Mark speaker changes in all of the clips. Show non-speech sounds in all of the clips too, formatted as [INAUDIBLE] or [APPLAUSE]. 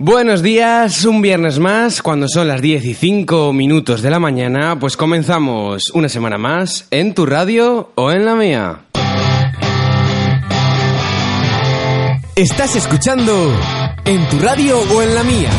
Speaker 1: Buenos días, un viernes más, cuando son las 10 y 5 minutos de la mañana, pues comenzamos una semana más en tu radio o en la mía.
Speaker 2: Estás escuchando en tu radio o en la mía.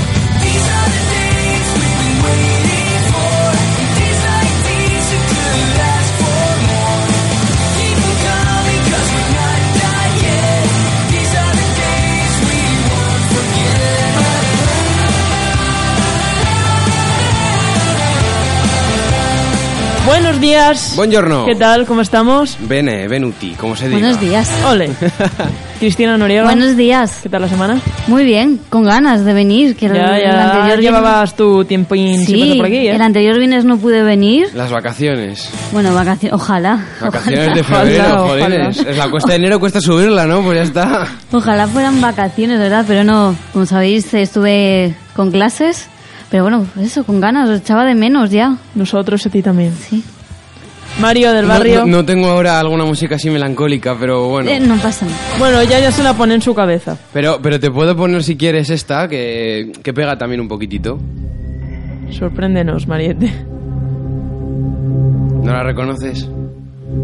Speaker 3: Buenos días.
Speaker 1: Buongiorno.
Speaker 3: ¿Qué tal? ¿Cómo estamos?
Speaker 1: Bene, venuti, como se diga.
Speaker 4: Buenos días.
Speaker 1: [LAUGHS]
Speaker 3: Ole. Cristina Noriega.
Speaker 4: Buenos días.
Speaker 3: ¿Qué tal la semana?
Speaker 4: Muy bien, con ganas de venir. Que
Speaker 3: Ya,
Speaker 4: el- el
Speaker 3: ya.
Speaker 4: anterior
Speaker 3: llevabas tu tiempo
Speaker 4: viernes-
Speaker 3: sin pasar
Speaker 4: Sí,
Speaker 3: por aquí, ¿eh?
Speaker 4: el anterior viernes no pude venir.
Speaker 1: Las
Speaker 3: [LAUGHS]
Speaker 1: vacaciones.
Speaker 4: Bueno, vacaciones, ojalá.
Speaker 1: Vacaciones
Speaker 4: ojalá,
Speaker 1: de febrero,
Speaker 3: Ojalá,
Speaker 1: joder.
Speaker 3: ojalá.
Speaker 1: Es la cuesta de enero, cuesta subirla, ¿no? Pues ya está.
Speaker 4: Ojalá fueran vacaciones, ¿verdad? Pero no, como sabéis, estuve con clases. Pero bueno, eso, con ganas, os echaba de menos ya.
Speaker 3: Nosotros a ti también.
Speaker 4: Sí.
Speaker 3: Mario del barrio.
Speaker 1: No, no- no tengo ahora alguna música así melancólica, pero bueno.
Speaker 4: Eh, no pasa nada.
Speaker 3: Bueno, ya ya se la pone en su cabeza.
Speaker 1: Pero, pero te puedo poner si quieres esta, que, que pega también un poquitito.
Speaker 3: Sorpréndenos, Mariette.
Speaker 1: ¿No la reconoces?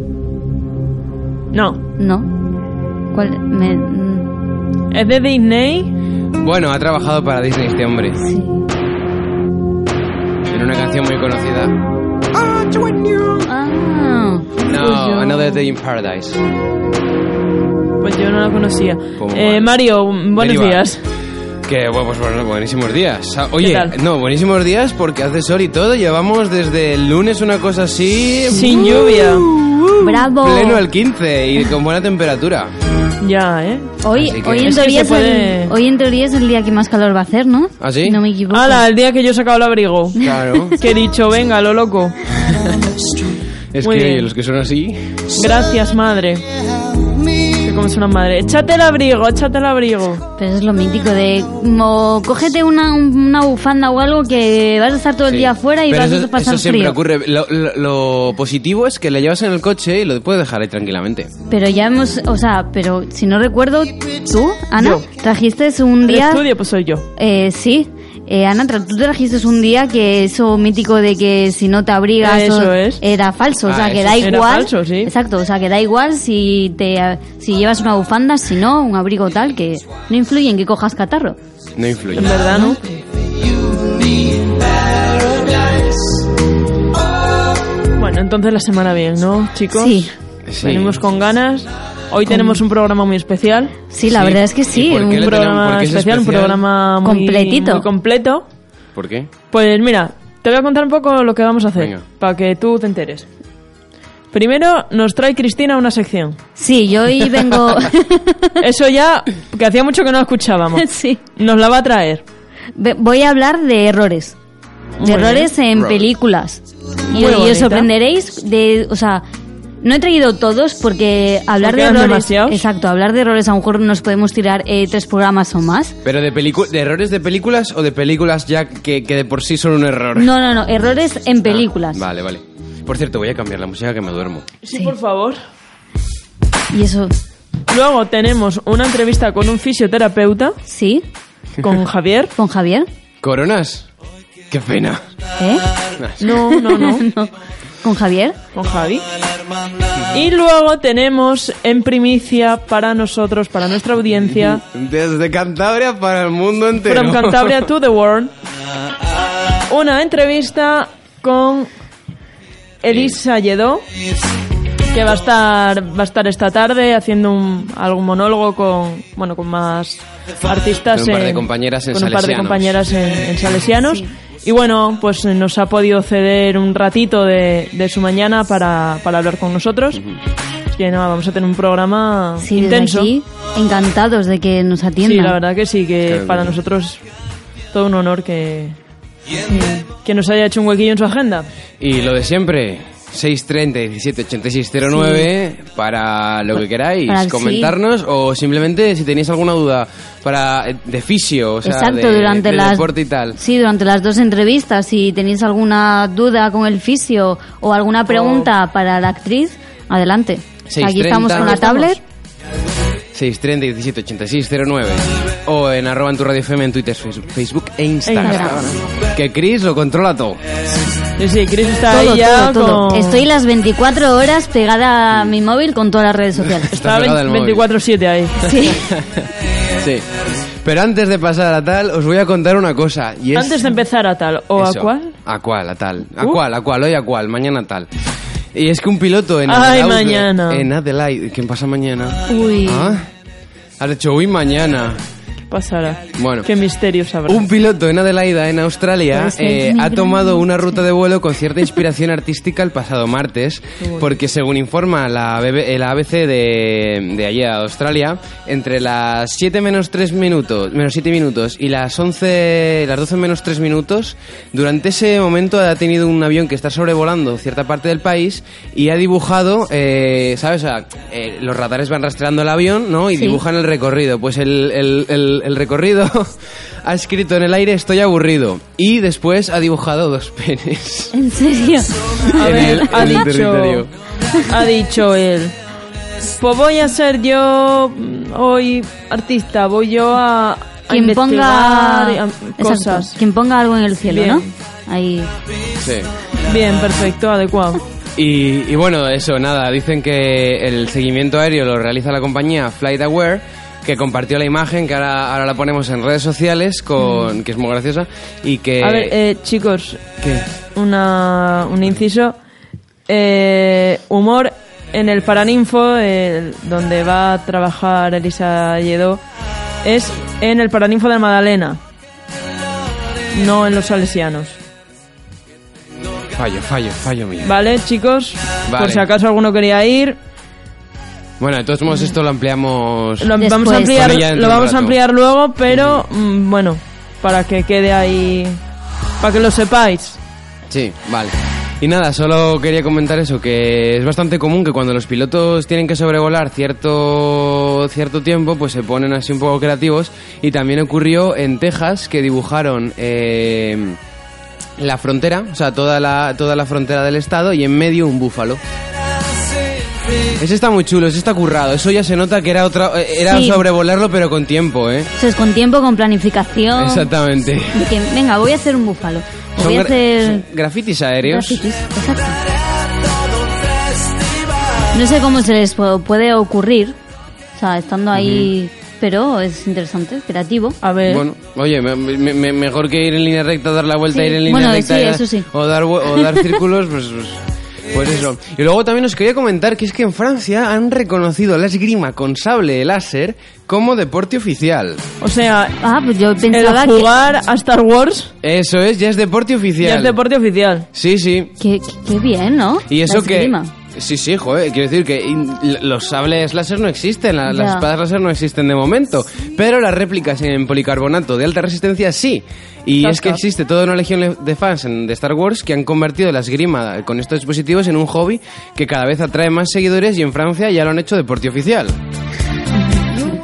Speaker 3: [LAUGHS] No.
Speaker 4: No. ¿Cuál? Me, mm,
Speaker 3: Es de Disney.
Speaker 1: Bueno, ha trabajado para Disney este hombre.
Speaker 4: sí.
Speaker 1: En una canción muy conocida.
Speaker 4: Ah, pues
Speaker 1: No,
Speaker 4: yo-
Speaker 1: Another Day in Paradise.
Speaker 3: Pues yo no la conocía.
Speaker 1: Como
Speaker 3: Eh,
Speaker 1: va.
Speaker 3: Mario, buenos
Speaker 1: Deriva.
Speaker 3: días.
Speaker 1: Que bueno, pues bueno, buenísimos días. Ah, Oye,
Speaker 3: tal?
Speaker 1: no, buenísimos días porque hace sol y todo. Llevamos desde el lunes una cosa así.
Speaker 3: Sin
Speaker 4: Uh.
Speaker 3: lluvia.
Speaker 4: Bravo.
Speaker 1: Pleno al 15 y con buena temperatura.
Speaker 3: Ya, ¿eh?
Speaker 4: Hoy,
Speaker 1: Así que-
Speaker 4: hoy, en
Speaker 3: Es que
Speaker 4: teoría
Speaker 3: se puede-
Speaker 4: es el, hoy en teoría es el día que más calor va a hacer, ¿no?
Speaker 1: ¿Ah, sí?
Speaker 4: Si No me equivoco.
Speaker 3: Hala, el día que yo he sacado el
Speaker 4: [LAUGHS]
Speaker 3: abrigo.
Speaker 1: Claro.
Speaker 3: Que he dicho, venga, lo loco.
Speaker 1: [LAUGHS] es
Speaker 3: Muy
Speaker 1: que
Speaker 3: bien.
Speaker 1: los que son así.
Speaker 3: Gracias, madre. Que como es una madre. Échate el abrigo, échate el abrigo.
Speaker 4: Pero eso es lo mítico de como cógete una, una bufanda o algo que vas a estar todo el
Speaker 1: Sí.
Speaker 4: día afuera y
Speaker 1: Pero
Speaker 4: vas
Speaker 1: eso,
Speaker 4: a pasar
Speaker 1: eso siempre
Speaker 4: frío.
Speaker 1: ocurre. Lo, lo- lo positivo es que le llevas en el coche y lo puedes dejar ahí tranquilamente.
Speaker 4: Pero ya hemos, o sea, pero si no recuerdo, tú, Ana,
Speaker 3: Yo.
Speaker 4: trajiste un
Speaker 3: El
Speaker 4: día,
Speaker 3: estudio, pues soy yo.
Speaker 4: eh, sí, eh, Ana, tra- tú trajiste un día que eso mítico de que si no te abrigas
Speaker 3: Eso
Speaker 4: o-
Speaker 3: es.
Speaker 4: era falso, o
Speaker 1: Ah,
Speaker 4: sea que
Speaker 1: eso
Speaker 4: da
Speaker 1: sí.
Speaker 3: Era
Speaker 4: igual,
Speaker 3: falso, sí.
Speaker 4: exacto, o sea que da igual si te, si llevas una bufanda, si no, un abrigo tal que no influye en que cojas catarro.
Speaker 1: No influye.
Speaker 3: En verdad, ¿no? Bueno, entonces la semana bien, ¿no, chicos?
Speaker 4: Sí.
Speaker 1: Sí.
Speaker 3: Venimos con ganas. Hoy tenemos un programa muy especial.
Speaker 4: Sí, la
Speaker 1: Sí.
Speaker 4: verdad es que
Speaker 1: ¿Y
Speaker 4: sí,
Speaker 1: por qué le
Speaker 3: Un
Speaker 4: un
Speaker 1: tenemos- por
Speaker 3: programa
Speaker 1: qué es
Speaker 3: especial, un
Speaker 1: especial?
Speaker 3: programa muy
Speaker 4: Completito.
Speaker 3: muy completo.
Speaker 1: ¿Por qué?
Speaker 3: Pues mira, te voy a contar un poco lo que vamos a hacer,
Speaker 1: Venga.
Speaker 3: para que tú te enteres. Primero nos trae Cristina una sección.
Speaker 4: Sí, yo hoy
Speaker 1: [LAUGHS]
Speaker 4: vengo. [LAUGHS]
Speaker 3: Eso ya, que hacía mucho que no la escuchábamos.
Speaker 4: sí.
Speaker 3: Nos la va a traer.
Speaker 4: Ve- Voy a hablar de errores.
Speaker 3: Muy
Speaker 4: De errores en
Speaker 1: Errores.
Speaker 4: películas.
Speaker 3: Muy
Speaker 4: Y, y os
Speaker 3: bonita.
Speaker 4: sorprenderéis de. O sea, no he traído todos porque hablar
Speaker 3: Porque
Speaker 4: de
Speaker 3: eran
Speaker 4: errores.
Speaker 3: demasiados.
Speaker 4: Exacto, hablar de errores a lo mejor nos podemos tirar eh, tres programas o más.
Speaker 1: ¿Pero de, pelicu- de errores de películas o de películas ya que, que de por sí son un error? Ah,
Speaker 4: No, no, no, errores
Speaker 3: Ah,
Speaker 4: en películas.
Speaker 1: vale, vale. Por cierto, voy a cambiar la música que me duermo.
Speaker 3: Sí,
Speaker 4: Sí.
Speaker 3: por favor.
Speaker 4: Y eso,
Speaker 3: Luego tenemos una entrevista con un fisioterapeuta,
Speaker 4: sí,
Speaker 3: con Javier.
Speaker 4: con Javier.
Speaker 1: ¿Coronas? ¡Qué pena!
Speaker 4: ¿Eh? [LAUGHS]
Speaker 3: No, no, no.
Speaker 4: No. Con Javier.
Speaker 3: Con Javi. Y luego tenemos en primicia para nosotros, para nuestra audiencia,
Speaker 1: Desde Cantabria para el mundo entero.
Speaker 3: From Cantabria to the World, una entrevista con Elisa Lledó, que va a estar, va a estar esta tarde haciendo un, algún monólogo con, bueno, con más artistas.
Speaker 1: Con un par de
Speaker 3: en-
Speaker 1: compañeras en
Speaker 3: con un par de
Speaker 1: Salesianos.
Speaker 3: compañeras en, en Salesianos.
Speaker 4: Sí.
Speaker 3: Y bueno, pues eh, nos ha podido ceder un ratito de, de su mañana para, para hablar con nosotros. Así que nada, vamos a tener un programa
Speaker 4: Sí, desde
Speaker 3: intenso.
Speaker 4: aquí, encantados de que nos
Speaker 3: Sí,
Speaker 4: atiendan.
Speaker 3: la verdad que sí, que
Speaker 1: Claro que
Speaker 3: para
Speaker 1: sí.
Speaker 3: nosotros todo un honor que, que, que nos haya hecho un huequillo en su agenda.
Speaker 1: [LAUGHS] Y lo de siempre, 630-178609 para lo que queráis,
Speaker 4: Para el sí.
Speaker 1: comentarnos o simplemente si tenéis alguna duda para eh, de fisio, o sea,
Speaker 4: Exacto,
Speaker 1: de,
Speaker 4: durante
Speaker 1: del
Speaker 4: las
Speaker 1: deporte y tal.
Speaker 4: Sí, durante las dos entrevistas, si tenéis alguna duda con el fisio o alguna pregunta para la actriz, adelante. Aquí
Speaker 1: 6:30.
Speaker 4: estamos con la tablet.
Speaker 1: 630-178609 o en arroba en tu radio FM en Twitter, Facebook- Facebook e Instagram.
Speaker 3: Instagram.
Speaker 1: Que Chris lo controla todo.
Speaker 3: Sí, sí, Chris está
Speaker 4: Todo,
Speaker 3: ahí ya
Speaker 4: todo, todo.
Speaker 3: con-
Speaker 4: Estoy las 24 horas pegada a mi móvil con todas las
Speaker 3: [LAUGHS]
Speaker 4: redes sociales.
Speaker 3: está
Speaker 1: pegada al móvil.
Speaker 3: 24-7 ahí.
Speaker 4: Sí.
Speaker 1: Sí. Pero antes de pasar a tal, os voy a contar una cosa. [LAUGHS] Y es
Speaker 3: Antes de empezar a tal, ¿o
Speaker 1: Eso,
Speaker 3: a cuál?
Speaker 1: A cuál, a tal. A
Speaker 3: Uh.
Speaker 1: cuál, a cuál, hoy a cuál, mañana a tal. Y es que un piloto en
Speaker 3: Ay,
Speaker 1: Adelaide-
Speaker 3: mañana.
Speaker 1: En Adelaide. ¿Qué pasa mañana?
Speaker 4: Uy.
Speaker 1: ¿Ah? Has dicho, uy, mañana.
Speaker 3: Pasará.
Speaker 1: Bueno.
Speaker 3: Qué misterios habrá.
Speaker 1: Un piloto en Adelaida, en Australia,
Speaker 4: Pues es
Speaker 1: eh, ha
Speaker 4: migrante.
Speaker 1: tomado una ruta de vuelo con cierta inspiración artística el pasado martes, porque según informa la, BB la ABC de, de allí a Australia, entre las 7 menos 3 minutos, menos 7 minutos y las 11, las 12 menos 3 minutos, durante ese momento ha tenido un avión que está sobrevolando cierta parte del país y ha dibujado, eh, ¿sabes? O sea, eh, los radares van rastreando el avión, ¿no? Y
Speaker 4: Sí.
Speaker 1: dibujan en el recorrido. Pues el, el- el- el recorrido [LAUGHS] ha escrito en el aire estoy aburrido. Y después ha dibujado dos [LAUGHS] penes.
Speaker 4: ¿En serio?
Speaker 3: A
Speaker 1: en
Speaker 3: ver,
Speaker 1: el- en
Speaker 3: ha
Speaker 1: el
Speaker 3: dicho,
Speaker 1: territorio.
Speaker 3: ha dicho él. Pues voy a ser yo mm, hoy artista, voy yo a, a
Speaker 4: Quien
Speaker 3: investigar
Speaker 4: ponga...
Speaker 3: y a-
Speaker 4: Exacto,
Speaker 3: cosas.
Speaker 4: Quien ponga algo en el cielo,
Speaker 3: Bien.
Speaker 4: ¿no? Ahí.
Speaker 1: Sí.
Speaker 3: Bien, perfecto, adecuado.
Speaker 1: Y, y bueno, eso, nada, dicen que el seguimiento aéreo lo realiza la compañía FlightAware, que compartió la imagen, que ahora, ahora la ponemos en redes sociales, con, que es muy graciosa, y que...
Speaker 3: Mm. A ver, eh, chicos,
Speaker 1: ¿Qué?
Speaker 3: una, un inciso. Eh, humor en el Paraninfo, el- donde va a trabajar Elisa Lledó, es en el Paraninfo de Madalena, no en los salesianos.
Speaker 1: Fallo, fallo, fallo mío.
Speaker 3: ¿Vale, chicos?
Speaker 1: Vale.
Speaker 3: Por si acaso alguno quería ir,
Speaker 1: Bueno, de todos modos esto lo ampliamos...
Speaker 3: lo
Speaker 4: Después.
Speaker 3: vamos a ampliar,
Speaker 1: Bueno, ya dentro
Speaker 3: lo
Speaker 1: de un
Speaker 3: vamos a
Speaker 1: rato.
Speaker 3: ampliar luego, pero mm, bueno, para que quede ahí, para que lo sepáis.
Speaker 1: Sí, vale. Y nada, solo quería comentar eso, que es bastante común que cuando los pilotos tienen que sobrevolar cierto, cierto tiempo, pues se ponen así un poco creativos. Y también ocurrió en Texas que dibujaron eh, la frontera, o sea, toda la, toda la frontera del estado y en medio un búfalo. Ese está muy chulo, ese está currado. Eso ya se nota que era otra, eh, era
Speaker 4: Sí.
Speaker 1: sobrevolarlo pero con tiempo, ¿eh?
Speaker 4: Eso es con tiempo, con planificación.
Speaker 1: Exactamente.
Speaker 4: De que, venga, voy a hacer un búfalo. O
Speaker 1: Son
Speaker 4: voy a
Speaker 1: gra-
Speaker 4: hacer...
Speaker 1: son grafitis aéreos.
Speaker 4: grafitis. Exacto. No sé cómo se les pu- puede ocurrir, o sea, estando ahí, pero es interesante, creativo.
Speaker 3: A ver,
Speaker 1: Bueno, oye, me- me- me- mejor que ir en línea recta, dar la vuelta,
Speaker 4: Sí.
Speaker 1: ir en línea
Speaker 4: Bueno,
Speaker 1: recta
Speaker 4: sí,
Speaker 1: eh,
Speaker 4: eso sí.
Speaker 1: o dar vu- o
Speaker 4: [LAUGHS]
Speaker 1: dar círculos, pues, pues, pues eso. Y luego también os quería comentar que es que en Francia han reconocido la esgrima con sable láser como deporte oficial.
Speaker 3: o sea,
Speaker 4: Ah, pues yo
Speaker 3: el
Speaker 4: pensaba que...
Speaker 3: jugar a Star Wars
Speaker 1: Eso es, ya es deporte oficial.
Speaker 3: ya es deporte oficial.
Speaker 1: Sí, sí.
Speaker 4: Qué, qué- qué bien, ¿no?
Speaker 1: Y eso
Speaker 4: La
Speaker 1: que
Speaker 4: esgrima.
Speaker 1: Sí, sí, joder, quiero decir que in- l- los sables láser no existen, la-
Speaker 4: Ya.
Speaker 1: las espadas láser no existen de momento, pero las réplicas en policarbonato de alta resistencia sí. Y
Speaker 3: Tasca.
Speaker 1: es que existe toda una legión le- de fans en- de Star Wars que han convertido la esgrima con estos dispositivos en un hobby que cada vez atrae más seguidores y en Francia ya lo han hecho deporte oficial.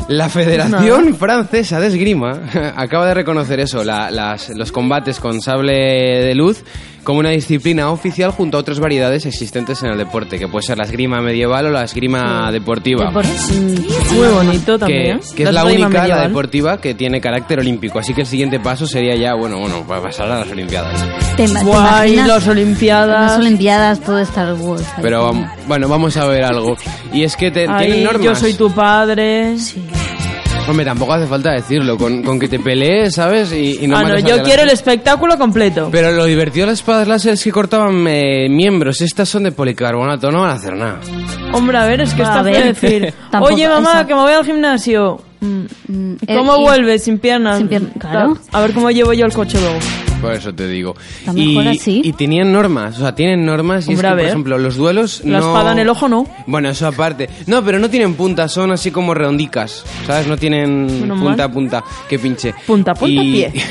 Speaker 1: La Federación Francesa de Esgrima [LAUGHS] acaba de reconocer eso, la- las- los combates con sable de luz, como una disciplina oficial junto a otras variedades existentes en el deporte, que puede ser la esgrima medieval o la esgrima deportiva.
Speaker 4: Por- mm,
Speaker 3: Muy bonito
Speaker 1: Que,
Speaker 3: también.
Speaker 1: que es la
Speaker 3: Dando
Speaker 1: única, la
Speaker 3: medieval.
Speaker 1: deportiva, que tiene carácter olímpico. Así que el siguiente paso sería ya, bueno, bueno, para pasar a las Olimpiadas.
Speaker 4: ¿Te, ima- te
Speaker 3: Guay, las
Speaker 4: imaginas Las
Speaker 3: Olimpiadas.
Speaker 4: Olimpiadas, todo Star Wars. ahí.
Speaker 1: Pero vam- bueno, vamos a ver algo. Y es que te-
Speaker 3: Ahí,
Speaker 1: tienen normas.
Speaker 3: Yo soy tu padre. Ah,
Speaker 4: Sí.
Speaker 1: Hombre, tampoco hace falta decirlo. Con, con que te pelees, ¿sabes? Y, y no
Speaker 3: ah, no,
Speaker 1: mates a
Speaker 3: yo
Speaker 1: la-
Speaker 3: quiero el espectáculo completo.
Speaker 1: Pero lo divertido de las espadas láser es que cortaban eh, miembros. Estas son de policarbonato, no van a hacer nada.
Speaker 3: Hombre, a ver, es que
Speaker 4: A
Speaker 3: está
Speaker 4: ver.
Speaker 3: feo decir.
Speaker 4: [LAUGHS] Tampoco-
Speaker 3: Oye, mamá,
Speaker 4: exacto.
Speaker 3: que me voy al gimnasio. Mm.
Speaker 4: Mm,
Speaker 3: ¿Y ¿Cómo
Speaker 4: eh, y-
Speaker 3: vuelves? Sin piernas.
Speaker 4: Sin pierna- claro.
Speaker 3: A ver cómo llevo yo el coche luego.
Speaker 1: Por eso te digo.
Speaker 4: Está
Speaker 1: y,
Speaker 4: mejor así.
Speaker 1: y tenían normas, o sea, tienen normas. Y es
Speaker 3: Hombre,
Speaker 1: que,
Speaker 3: a
Speaker 1: por
Speaker 3: ver.
Speaker 1: ejemplo, los duelos.
Speaker 3: La
Speaker 1: no-
Speaker 3: espada en el ojo no.
Speaker 1: Bueno, eso aparte. No, pero no tienen punta, son así como redondicas. ¿Sabes? No tienen
Speaker 3: Menos
Speaker 1: punta
Speaker 3: mal.
Speaker 1: a punta. Que pinche.
Speaker 3: Punta a punta,
Speaker 1: Y-
Speaker 3: pie.
Speaker 1: [LAUGHS]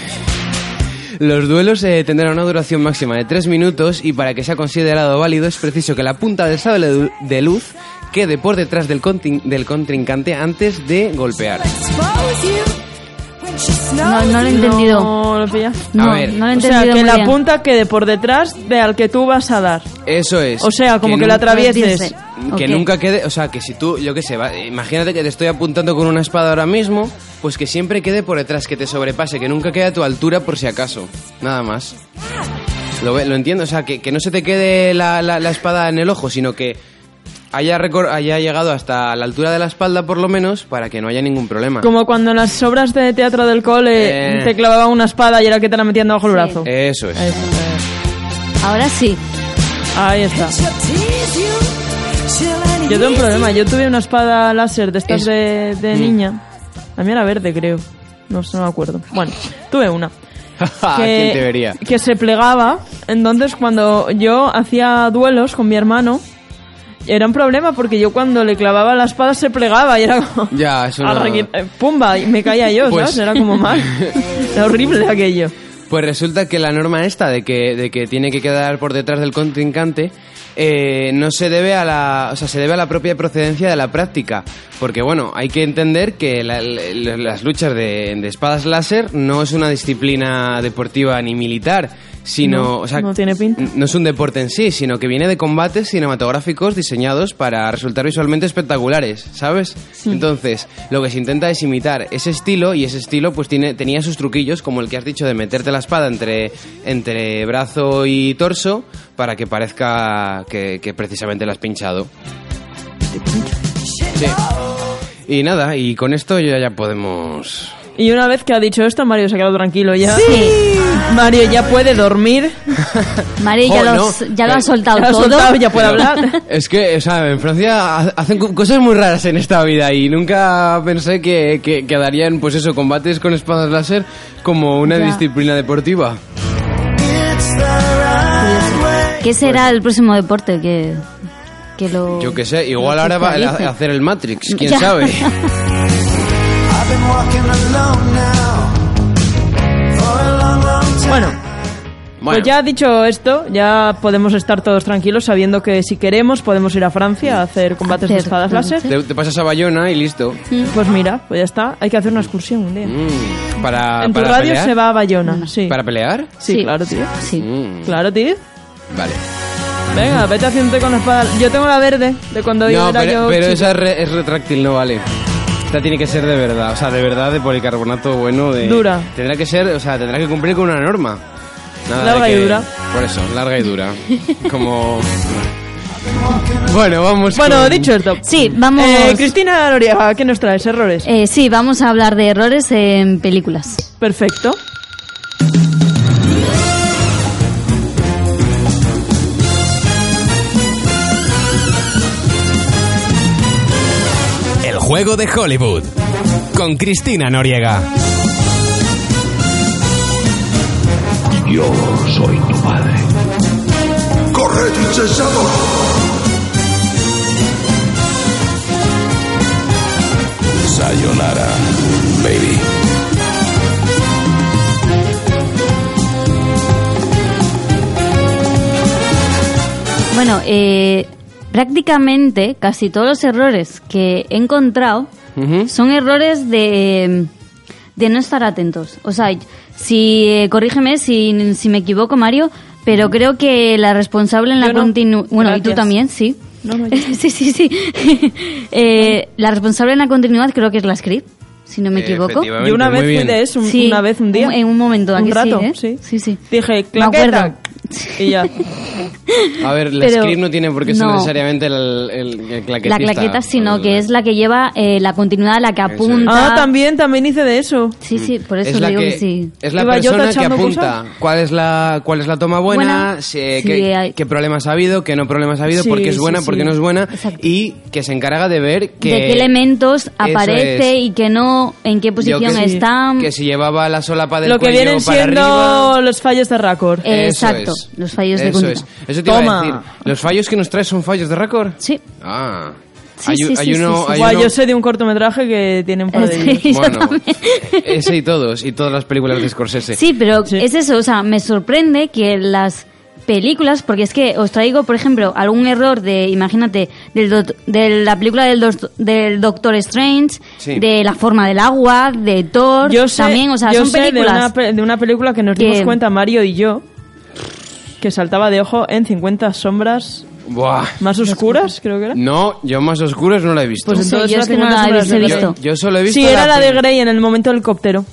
Speaker 1: Los duelos eh, tendrán una duración máxima de 3 minutos y para que sea considerado válido es preciso que la punta del sable de- de luz quede por detrás del, contin- del contrincante antes de golpear.
Speaker 4: No, no lo he entendido.
Speaker 3: No, lo pillas.
Speaker 4: No,
Speaker 1: A ver,
Speaker 4: no lo he
Speaker 3: O sea,
Speaker 4: entendido.
Speaker 3: que
Speaker 4: muy
Speaker 3: la
Speaker 4: bien.
Speaker 3: punta quede por detrás de al que tú vas a dar.
Speaker 1: Eso es.
Speaker 3: O sea, como que, la
Speaker 1: nunca-
Speaker 3: atravieses.
Speaker 1: Que
Speaker 4: Ok.
Speaker 1: nunca quede, o sea, que si tú, yo qué sé, va- imagínate que te estoy apuntando con una espada ahora mismo, pues que siempre quede por detrás, que te sobrepase, que nunca quede a tu altura por si acaso, nada más. Lo, ve- lo entiendo, o sea, que, que no se te quede la, la- la espada en el ojo, sino que haya, recor- haya llegado hasta la altura de la espalda por lo menos para que no haya ningún problema.
Speaker 3: Como cuando en las obras de teatro del cole
Speaker 1: Ah. Eh.
Speaker 3: te clavaba una espada y era el que te la metían debajo el
Speaker 4: Sí.
Speaker 3: brazo.
Speaker 1: Eso es. [LAUGHS]
Speaker 4: Ahora sí.
Speaker 3: Ahí está. Yo tengo un problema. Yo tuve una espada láser de estas
Speaker 1: Es- Mm.
Speaker 3: de, de niña. La mía era verde, creo. No sé, no me acuerdo. Bueno, tuve una.
Speaker 1: Ja, Ah, ¿Quién te vería?
Speaker 3: que se plegaba. Entonces, cuando yo hacía duelos con mi hermano, era un problema porque yo cuando le clavaba la espada se plegaba y era como...
Speaker 1: Ya,
Speaker 3: [LAUGHS]
Speaker 1: eso no-
Speaker 3: Arrequi- eh, Pumba, y me caía yo,
Speaker 1: Pues-
Speaker 3: ¿sabes? Era
Speaker 1: [LAUGHS]
Speaker 3: como mal. Era horrible aquello.
Speaker 1: Pues resulta que la norma esta de que, de que tiene que quedar por detrás del contrincante eh, no se debe a la, o sea, se debe a la propia procedencia de la práctica, porque bueno, hay que entender que la- la- las luchas de, de espadas láser no es una disciplina deportiva ni militar, sino,
Speaker 3: No,
Speaker 1: o sea,
Speaker 3: no tiene pinta.
Speaker 1: n- no es un deporte en sí, sino que viene de combates cinematográficos diseñados para resultar visualmente espectaculares, ¿sabes? Entonces, lo que se intenta es imitar ese estilo y ese estilo pues tiene, tenía sus truquillos, como el que has dicho de meterte la espada entre, entre brazo y torso para que parezca que, que precisamente la has pinchado. Sí. Y nada, y con esto ya, ya podemos...
Speaker 3: Y una vez que ha dicho esto, Mario se ha quedado tranquilo ya.
Speaker 4: Sí.
Speaker 3: Mario ya puede dormir. Pues
Speaker 4: Mario ya,
Speaker 1: Jo,
Speaker 4: lo,
Speaker 1: no,
Speaker 4: has-
Speaker 1: [LAUGHS]
Speaker 4: ya lo
Speaker 1: eh,
Speaker 4: has soltado
Speaker 3: ya lo has
Speaker 4: todo.
Speaker 3: soltado, ya puede
Speaker 1: Pero
Speaker 3: Ah, hablar.
Speaker 1: Es que, o sea, en Francia ha- hacen co- cosas muy raras en esta vida y nunca pensé que, que, que darían, pues eso, combates con espadas láser como una
Speaker 4: Ya.
Speaker 1: disciplina deportiva.
Speaker 4: ¿Qué será el próximo deporte que, que lo.?
Speaker 1: pues. Yo qué sé, igual ahora va a a hacer el
Speaker 3: [LAUGHS]
Speaker 1: Matrix, quién
Speaker 4: Ya.
Speaker 1: sabe.
Speaker 3: Pues Bueno,
Speaker 1: Bueno,
Speaker 3: pues ya dicho esto, ya podemos estar todos tranquilos sabiendo que si queremos podemos ir a Francia a hacer combates de
Speaker 4: Hacer
Speaker 3: espadas láser.
Speaker 1: te, te pasas a Bayona y listo.
Speaker 3: Pues mira, pues ya está. Hay que hacer una excursión un día.
Speaker 1: Mm, para,
Speaker 3: en tu
Speaker 1: para
Speaker 3: radio
Speaker 1: pelear.
Speaker 3: se va a Bayona, sí.
Speaker 1: ¿Para pelear?
Speaker 3: Sí, claro, tío.
Speaker 4: Mm. Sí.
Speaker 1: Mm,
Speaker 3: Claro, tío.
Speaker 1: Vale.
Speaker 3: Venga, vete haciéndote con la espada. Yo tengo la verde de cuando
Speaker 1: No,
Speaker 3: yo era
Speaker 1: pero,
Speaker 3: yo
Speaker 1: pero
Speaker 3: chica.
Speaker 1: esa es, re- es retráctil, no vale. Esta tiene que ser de verdad, o sea, de verdad, de policarbonato bueno, de...
Speaker 3: Dura.
Speaker 1: Tendrá que ser, o sea, tendrá que cumplir con una norma. Nada de
Speaker 3: Larga y
Speaker 1: que-
Speaker 3: dura.
Speaker 1: Por eso, larga y
Speaker 3: [LAUGHS]
Speaker 1: dura. Como... Bueno, vamos
Speaker 3: Bueno,
Speaker 1: con-
Speaker 3: dicho esto.
Speaker 4: Sí, vamos.
Speaker 3: Eh, Cristina Noriega, ¿qué nos traes? Errores.
Speaker 4: Eh, sí, vamos a hablar de errores en películas.
Speaker 3: Perfecto.
Speaker 2: El juego de Hollywood. Con Cristina Noriega.
Speaker 5: Yo soy tu padre. ¡Corred, insensato! Sayonara, baby.
Speaker 4: Bueno, eh, prácticamente casi todos los errores que he encontrado
Speaker 1: Ujú.
Speaker 4: son errores de, de no estar atentos. O sea, si eh, corrígeme si, si me equivoco, Mario, pero creo que la responsable en la
Speaker 3: Yo no.
Speaker 4: continu- Bueno, y tú
Speaker 3: Gracias.
Speaker 4: también, sí.
Speaker 3: No,
Speaker 4: [LAUGHS]
Speaker 3: no, yo no.
Speaker 4: sí, sí, sí. Eh, la responsable en la continuidad creo que es la script, si no me equivoco.
Speaker 1: Efectivamente,
Speaker 3: Yo una
Speaker 1: muy
Speaker 3: vez fui
Speaker 1: bien.
Speaker 3: de eso, un-
Speaker 4: Sí,
Speaker 3: una vez, un día.
Speaker 4: un- en un momento, ¿a que
Speaker 3: Un
Speaker 4: sí,
Speaker 3: rato,
Speaker 4: eh?
Speaker 3: sí.
Speaker 4: Sí, sí.
Speaker 3: Dije,
Speaker 4: Me acuerdo.
Speaker 3: claqueta. Y
Speaker 4: [LAUGHS]
Speaker 3: ya.
Speaker 1: A ver, la
Speaker 4: Pero-
Speaker 1: script no tiene por qué ser
Speaker 4: no.
Speaker 1: necesariamente el, el, el claquetista.
Speaker 4: La claqueta, sino
Speaker 1: El-
Speaker 4: que es la que lleva eh, la continuidad, la que
Speaker 1: Eso es.
Speaker 4: apunta.
Speaker 3: Ah, también, también hice de eso.
Speaker 4: Sí, sí, por eso
Speaker 1: Mm. es
Speaker 4: le
Speaker 1: la
Speaker 4: digo que,
Speaker 1: que,
Speaker 4: sí.
Speaker 1: es la
Speaker 3: Iba yo
Speaker 1: persona que
Speaker 3: tachando
Speaker 1: apunta
Speaker 3: cosas.
Speaker 1: cuál es la cuál es la toma buena,
Speaker 4: Buena,
Speaker 1: si, eh,
Speaker 4: sí,
Speaker 1: qué,
Speaker 4: hay-
Speaker 1: qué problemas ha habido, qué no problemas ha habido,
Speaker 3: Sí,
Speaker 1: por qué es
Speaker 3: sí,
Speaker 1: buena, por qué
Speaker 3: sí.
Speaker 1: no es buena
Speaker 4: Exacto.
Speaker 1: y que se encarga de ver que
Speaker 4: de qué elementos
Speaker 1: Eso
Speaker 4: aparece
Speaker 1: es.
Speaker 4: y que no, en qué
Speaker 1: Yo
Speaker 4: posición
Speaker 1: que, si-
Speaker 4: están.
Speaker 1: que si llevaba la solapa del
Speaker 3: Lo que
Speaker 1: cuello
Speaker 3: vienen
Speaker 1: para
Speaker 3: siendo
Speaker 1: arriba.
Speaker 3: los fallos de récord.
Speaker 4: Eh,
Speaker 1: Eso
Speaker 4: exacto,
Speaker 1: es.
Speaker 4: los fallos de
Speaker 1: Eso
Speaker 4: continuidad.
Speaker 1: es. Eso te iba a
Speaker 3: Toma.
Speaker 1: decir. Los fallos que nos traes son fallos de récord.
Speaker 4: Sí,
Speaker 1: Ah.
Speaker 4: Sí,
Speaker 1: hay,
Speaker 4: sí,
Speaker 1: hay
Speaker 4: sí,
Speaker 1: uno,
Speaker 4: sí, sí.
Speaker 1: hay
Speaker 3: Guau,
Speaker 1: uno-
Speaker 3: yo [LAUGHS] sé de un cortometraje que tiene un par de
Speaker 4: Eh, Sí.
Speaker 3: ellos.
Speaker 4: Yo
Speaker 1: Bueno,
Speaker 4: también.
Speaker 1: ese y todos, y todas las películas de Scorsese.
Speaker 4: Sí, pero es eso, o sea, me sorprende que las películas, porque es que os traigo, por ejemplo, algún error de, imagínate, del doc- de la película del, dos- del Doctor Strange,
Speaker 1: Sí.
Speaker 4: de La forma del agua, de Thor,
Speaker 3: Yo sé,
Speaker 4: también, o sea,
Speaker 3: yo
Speaker 4: son
Speaker 3: sé de
Speaker 4: películas.
Speaker 3: una, pe- de una película que nos
Speaker 4: que-
Speaker 3: dimos cuenta Mario y yo que saltaba de ojo en 50 sombras
Speaker 1: Buah.
Speaker 3: más oscuras, creo que era.
Speaker 1: No, yo más oscuros no la he visto.
Speaker 4: Pues
Speaker 3: Sí,
Speaker 4: entonces
Speaker 3: yo
Speaker 4: yo
Speaker 3: la
Speaker 4: es que
Speaker 3: tengo
Speaker 4: no
Speaker 3: en las
Speaker 4: la
Speaker 3: obras
Speaker 4: he
Speaker 3: de
Speaker 4: visto.
Speaker 1: Yo, yo solo he visto.
Speaker 3: Sí, era la de
Speaker 1: prim-
Speaker 3: Grey en el momento del cóptero.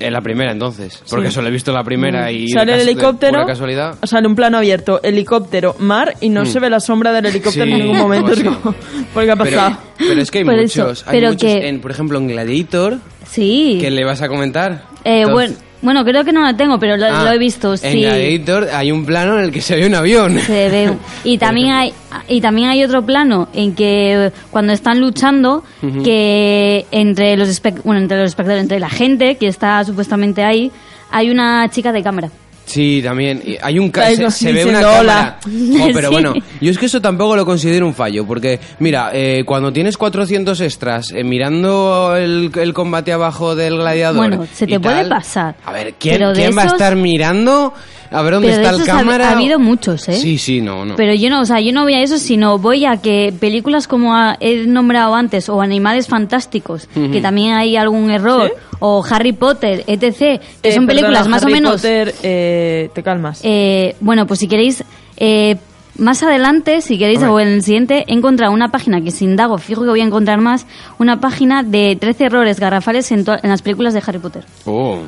Speaker 1: eh, la primera entonces. Porque solo he visto la
Speaker 4: Mm.
Speaker 1: primera y. de
Speaker 3: Sale el
Speaker 1: cas- de
Speaker 3: helicóptero.
Speaker 1: pura casualidad. Mm.
Speaker 3: Sale un plano abierto, helicóptero, mar y no se ve la sombra del helicóptero
Speaker 1: Sí,
Speaker 3: en ningún momento.
Speaker 1: algo
Speaker 3: [LAUGHS] Es
Speaker 1: así.
Speaker 3: como, ¿Por qué ha pasado?
Speaker 1: Pero, pero es que hay
Speaker 4: [LAUGHS] Por eso,
Speaker 1: muchos. hay
Speaker 4: pero
Speaker 1: muchos
Speaker 4: que-
Speaker 1: en, por ejemplo, en Gladiator.
Speaker 4: Sí.
Speaker 1: ¿Qué le vas a comentar?
Speaker 4: Eh,
Speaker 1: Entonces-
Speaker 4: bueno, bueno, creo que no la tengo, pero lo,
Speaker 1: Ah,
Speaker 4: lo he visto,
Speaker 1: En
Speaker 4: sí.
Speaker 1: Gladiator hay un plano en el que se ve un avión.
Speaker 4: Se
Speaker 3: [LAUGHS]
Speaker 4: ve. Y también hay y también hay otro plano en que eh, cuando están luchando que entre los espe- bueno, entre los espectadores, entre la gente que está supuestamente ahí, hay una chica de cámara.
Speaker 1: Sí, también. Y Hay un ca-
Speaker 3: Ahí
Speaker 1: se,
Speaker 3: nos
Speaker 1: se ve
Speaker 3: dicen
Speaker 1: una
Speaker 3: hola.
Speaker 1: cámara.
Speaker 4: [LAUGHS]
Speaker 1: Jo, pero
Speaker 4: Sí.
Speaker 1: bueno, yo es que eso tampoco lo considero un fallo, porque mira, eh, cuando tienes 400 extras eh, mirando el, el combate abajo del gladiador,
Speaker 4: Bueno, se te
Speaker 1: y
Speaker 4: puede
Speaker 1: tal,
Speaker 4: pasar.
Speaker 1: A ver, ¿quién,
Speaker 4: Pero de
Speaker 1: quién va a
Speaker 4: esos-
Speaker 1: estar mirando? A ver dónde
Speaker 4: Pero de
Speaker 1: está el
Speaker 4: esos ha-
Speaker 1: cámara.
Speaker 4: ha habido muchos, ¿eh?
Speaker 1: Sí, sí, no, no.
Speaker 4: Pero yo no, o sea, yo no voy a eso, sino voy a que películas como a- he nombrado antes, o Animales Fantásticos, que también hay algún error, o Harry Potter, etc., que
Speaker 3: Eh,
Speaker 4: son películas
Speaker 3: perdona,
Speaker 4: más
Speaker 3: Harry
Speaker 4: o menos...
Speaker 3: Potter, eh, te calmas.
Speaker 4: Eh, bueno, pues si queréis, eh, más adelante, si queréis, o en el siguiente, he encontrado una página que sin dago, fijo que voy a encontrar más, una página de 13 errores garrafales en, to- en las películas de Harry Potter.
Speaker 1: Oh,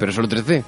Speaker 1: pero solo 13.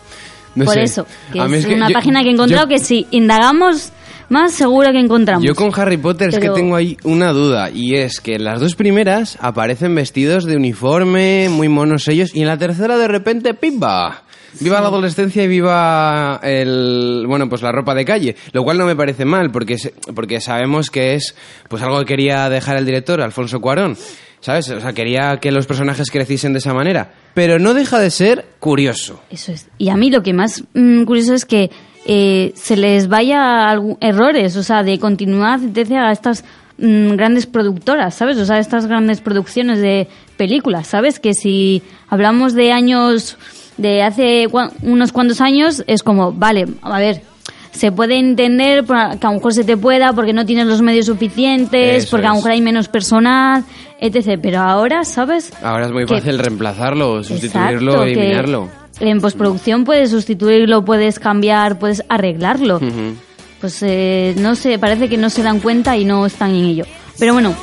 Speaker 1: No
Speaker 4: Por
Speaker 1: sé.
Speaker 4: eso, que
Speaker 1: A
Speaker 4: es,
Speaker 1: mí que
Speaker 4: una
Speaker 1: yo-
Speaker 4: página que he encontrado
Speaker 1: yo-
Speaker 4: que si indagamos más, seguro que encontramos.
Speaker 1: Yo con Harry Potter es
Speaker 4: Pero-
Speaker 1: que tengo ahí una duda y es que en las dos primeras aparecen vestidos de uniforme, muy monos ellos, y en la tercera de repente ¡pimba! Viva la adolescencia y viva el bueno pues la ropa de calle, lo cual no me parece mal porque se- porque sabemos que es pues algo que quería dejar el director Alfonso Cuarón, ¿sabes? O sea, quería que los personajes creciesen de esa manera, pero no deja de ser curioso.
Speaker 4: Eso es. Y a mí lo que más mm, curioso es que eh, se les vaya algu- errores, o sea, de continuar sentencia a estas mm, grandes productoras, ¿sabes? O sea, estas grandes producciones de películas, ¿sabes? Que si hablamos de años, de hace cua- unos cuantos años, es como, vale, a ver. Se puede entender pa- que a lo mejor se te pueda porque no tienes los medios suficientes,
Speaker 1: Eso
Speaker 4: porque a lo
Speaker 1: es.
Speaker 4: mejor hay menos personal, etc. Pero ahora, ¿sabes?
Speaker 1: Ahora es muy
Speaker 4: Que-
Speaker 1: fácil reemplazarlo, sustituirlo,
Speaker 4: Exacto, que
Speaker 1: eliminarlo.
Speaker 4: En postproducción puedes sustituirlo, puedes cambiar, puedes arreglarlo.
Speaker 1: Ujú.
Speaker 4: Pues eh, no sé, parece que no se dan cuenta y no están en ello. Pero bueno,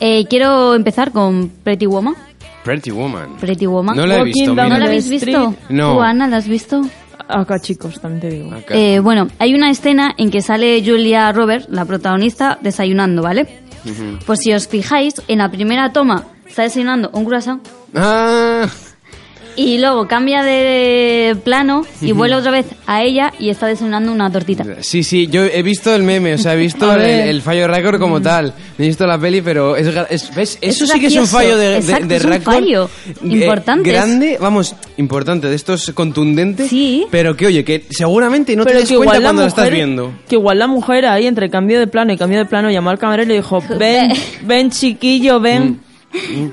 Speaker 4: eh, quiero empezar con Pretty Woman.
Speaker 1: Pretty Woman.
Speaker 4: Pretty Woman.
Speaker 1: No la he
Speaker 3: Walking
Speaker 1: visto.
Speaker 3: down
Speaker 4: ¿No
Speaker 1: mira.
Speaker 4: la
Speaker 3: the
Speaker 4: habéis visto?
Speaker 3: street.
Speaker 1: No.
Speaker 4: ¿Tú, Ana, la has visto?
Speaker 3: Acá chicos, también te digo.
Speaker 1: Acá.
Speaker 4: Eh, bueno, hay una escena en que sale Julia Roberts, la protagonista, desayunando, ¿vale? Pues si os fijáis, en la primera toma está desayunando un croissant
Speaker 1: Ah,
Speaker 4: Y luego cambia de plano y vuelve otra vez a ella y está desayunando una tortita.
Speaker 1: sí, sí, yo he visto el meme, o sea, he
Speaker 4: [LAUGHS]
Speaker 1: visto el, el fallo récord como tal. No He visto la peli, pero es, gra- es- ¿ves?
Speaker 4: Mm. Es
Speaker 1: eso sí que es un
Speaker 4: gracioso,
Speaker 1: fallo de, de,
Speaker 4: exacto,
Speaker 1: de
Speaker 4: es un
Speaker 1: récord,
Speaker 4: fallo importante.
Speaker 1: grande, vamos, importante, de estos contundentes.
Speaker 4: Sí.
Speaker 1: Pero que oye, que seguramente no te das cuenta cuando la estás viendo.
Speaker 3: que igual la mujer ahí entre cambio de plano y cambio de plano llamó al camarero y le
Speaker 4: [LAUGHS]
Speaker 3: dijo, ven, ven chiquillo, ven,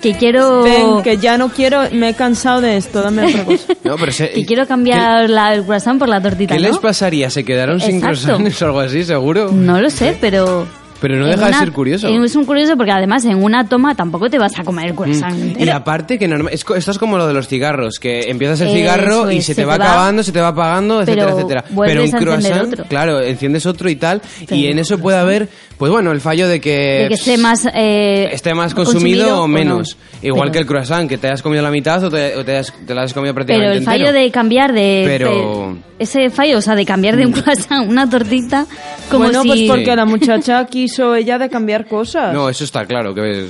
Speaker 4: Que
Speaker 1: Mm.
Speaker 4: quiero
Speaker 3: ven, que ya no quiero, me he cansado de esto, dame otra cosa.
Speaker 1: No, pero se-
Speaker 4: [LAUGHS] que quiero cambiar la, el croissant por la tortita.
Speaker 1: ¿Qué les
Speaker 4: ¿no?
Speaker 1: pasaría? ¿Se quedaron sin
Speaker 4: Exacto.
Speaker 1: croissants [LAUGHS] o algo así, seguro?
Speaker 4: No lo sé, pero.
Speaker 1: Pero no
Speaker 4: en
Speaker 1: deja de
Speaker 4: una-
Speaker 1: ser curioso. Mm.
Speaker 4: en- Es un curioso porque además en una toma tampoco te vas a comer el croissant.
Speaker 1: Y
Speaker 4: entero.
Speaker 1: aparte que norma- es co- esto es como lo de los cigarros, que empiezas el
Speaker 4: Eso
Speaker 1: cigarro y
Speaker 4: es,
Speaker 1: se
Speaker 4: se
Speaker 1: te va
Speaker 4: te va,
Speaker 1: acabando, se te va apagando, etcétera,
Speaker 4: pero
Speaker 1: etcétera.
Speaker 4: vuelves
Speaker 1: Pero un
Speaker 4: a encender
Speaker 1: croissant,
Speaker 4: otro.
Speaker 1: claro, enciendes otro y tal, y
Speaker 4: Pero
Speaker 1: en
Speaker 4: un
Speaker 1: eso puede haber, pues bueno, el fallo de que,
Speaker 4: De que esté más. eh,
Speaker 1: esté más consumido, o
Speaker 4: no.
Speaker 1: menos. Igual
Speaker 4: Pero-
Speaker 1: que el croissant, que te has comido la mitad o te, o te has, te la has comido prácticamente
Speaker 4: Pero el fallo
Speaker 1: entero.
Speaker 4: de cambiar de.
Speaker 1: Pero- Mm.
Speaker 4: de- ese fallo, o sea, de cambiar de un croissant a una tortita. [LAUGHS] Como
Speaker 3: bueno,
Speaker 4: si.
Speaker 3: pues porque la muchacha quiso ella de cambiar cosas.
Speaker 1: No, eso está claro, que es...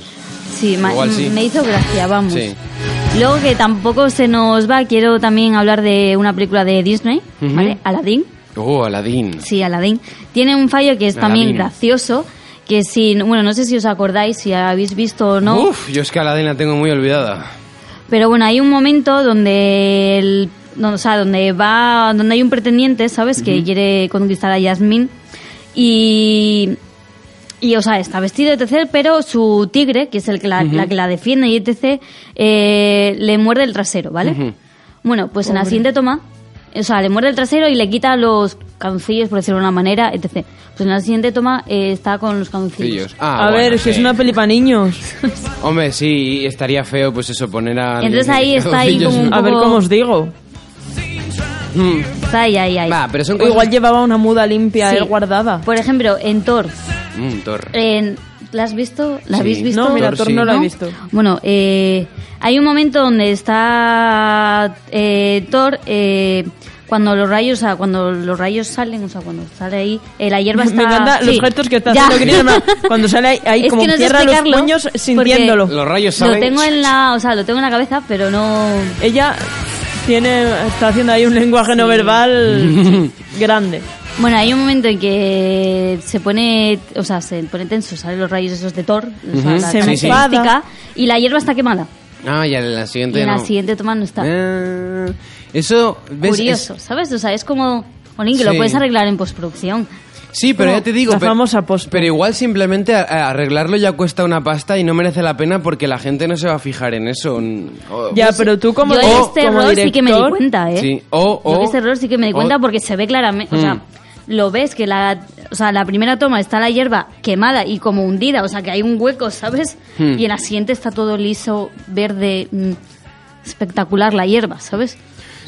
Speaker 4: Sí, ma-
Speaker 1: Igual sí.
Speaker 4: me hizo gracia, vamos.
Speaker 1: Sí.
Speaker 4: Luego que tampoco se nos va, quiero también hablar de una película de Disney,
Speaker 1: Ujú.
Speaker 4: ¿vale? Aladdin.
Speaker 1: Oh, Aladín.
Speaker 4: Sí, Aladdin. Tiene un fallo que es también
Speaker 1: Aladdin.
Speaker 4: gracioso, que si, bueno, no sé si os acordáis, si habéis visto o no,
Speaker 1: Uf, yo es que Aladín la tengo muy olvidada.
Speaker 4: pero bueno, hay un momento donde el, no, o sea, donde va, donde hay un pretendiente, ¿sabes? Que quiere conquistar a Yasmín y Y, o sea, está vestido, etc., pero su tigre, que es el que la, la que la defiende y etc., eh, le muerde el trasero, ¿vale? Bueno, pues en la siguiente toma, o sea, le muerde el trasero y le quita los cancillos, por decirlo de una manera, etc. Pues en la siguiente toma eh, está con los cancillos.
Speaker 1: Fillos. Ah,
Speaker 3: a
Speaker 1: bueno,
Speaker 3: ver, si
Speaker 1: sí.
Speaker 3: es una peli para niños.
Speaker 1: Hombre, sí, y estaría feo, pues eso, poner a. [LAUGHS]
Speaker 4: Entonces ahí está ahí
Speaker 1: Fillos,
Speaker 4: como-
Speaker 1: ¿no?
Speaker 3: A ver cómo os digo.
Speaker 1: Hmm.
Speaker 4: Está ahí, ahí, ahí.
Speaker 1: Va, pero son
Speaker 3: O
Speaker 1: cosas.
Speaker 3: igual llevaba una muda limpia
Speaker 4: Sí. Pues
Speaker 3: él guardada.
Speaker 4: Por ejemplo, en Thor.
Speaker 1: Mm, Thor.
Speaker 4: en- Eh, ¿La has visto? ¿La
Speaker 1: Sí.
Speaker 4: habéis visto?
Speaker 3: No, mira,
Speaker 1: Thor
Speaker 3: Thor
Speaker 1: sí.
Speaker 3: no la he
Speaker 4: ¿No?
Speaker 3: visto.
Speaker 4: Bueno, eh, hay un momento donde está eh, Thor eh, cuando los rayos, o sea, cuando los rayos salen, o sea, cuando sale ahí eh, la
Speaker 3: [LAUGHS]
Speaker 4: hierba está.
Speaker 3: Me encanta los
Speaker 4: sí,
Speaker 3: gestos que está
Speaker 4: ya.
Speaker 3: haciendo Chris
Speaker 4: [LAUGHS]
Speaker 3: Evans cuando sale ahí, ahí
Speaker 4: Es
Speaker 3: como
Speaker 4: que no sé
Speaker 3: cierra los
Speaker 4: explicarlo,
Speaker 3: puños
Speaker 4: porque
Speaker 3: sintiéndolo.
Speaker 1: Los rayos
Speaker 4: Lo
Speaker 1: salen.
Speaker 4: tengo en la, o sea, lo tengo en la cabeza, pero no.
Speaker 3: Ella tiene está haciendo ahí un lenguaje no verbal grande.
Speaker 4: Bueno, hay un momento en que se pone, o sea, se pone tenso, salen los rayos esos de Thor, o sea,
Speaker 1: Ujú.
Speaker 4: la
Speaker 3: Se
Speaker 4: característica,
Speaker 3: enfada.
Speaker 4: y la hierba está quemada.
Speaker 1: Ah, ya en la
Speaker 4: Y
Speaker 1: siguiente.
Speaker 4: en la
Speaker 1: no.
Speaker 4: siguiente toma no está.
Speaker 1: Ah, eso, ¿ves?
Speaker 4: Curioso, ¿sabes? O sea, es como, jolín, que lo
Speaker 1: Sí.
Speaker 4: puedes arreglar en postproducción.
Speaker 1: Es- sí, pero
Speaker 3: Como
Speaker 1: ya te digo.
Speaker 3: la
Speaker 1: pe-
Speaker 3: famosa post.
Speaker 1: Pero igual simplemente a- a arreglarlo ya cuesta una pasta y no merece la pena porque la gente no se va a fijar en eso. n- o-
Speaker 3: Ya, pero tú como,
Speaker 4: Yo en
Speaker 3: como
Speaker 4: este error sí que me di
Speaker 3: director-
Speaker 4: cuenta, ¿eh?
Speaker 1: Sí, o-
Speaker 4: Yo
Speaker 1: o-
Speaker 4: en este error sí que me di
Speaker 1: o-
Speaker 4: cuenta porque se ve claramente, o
Speaker 1: Mm.
Speaker 4: sea, lo ves que la, o sea, la primera toma está la hierba quemada y como hundida, o sea, que hay un hueco, ¿sabes?
Speaker 1: Mm.
Speaker 4: Y en la siguiente está todo liso, verde, mm, espectacular la hierba, ¿sabes?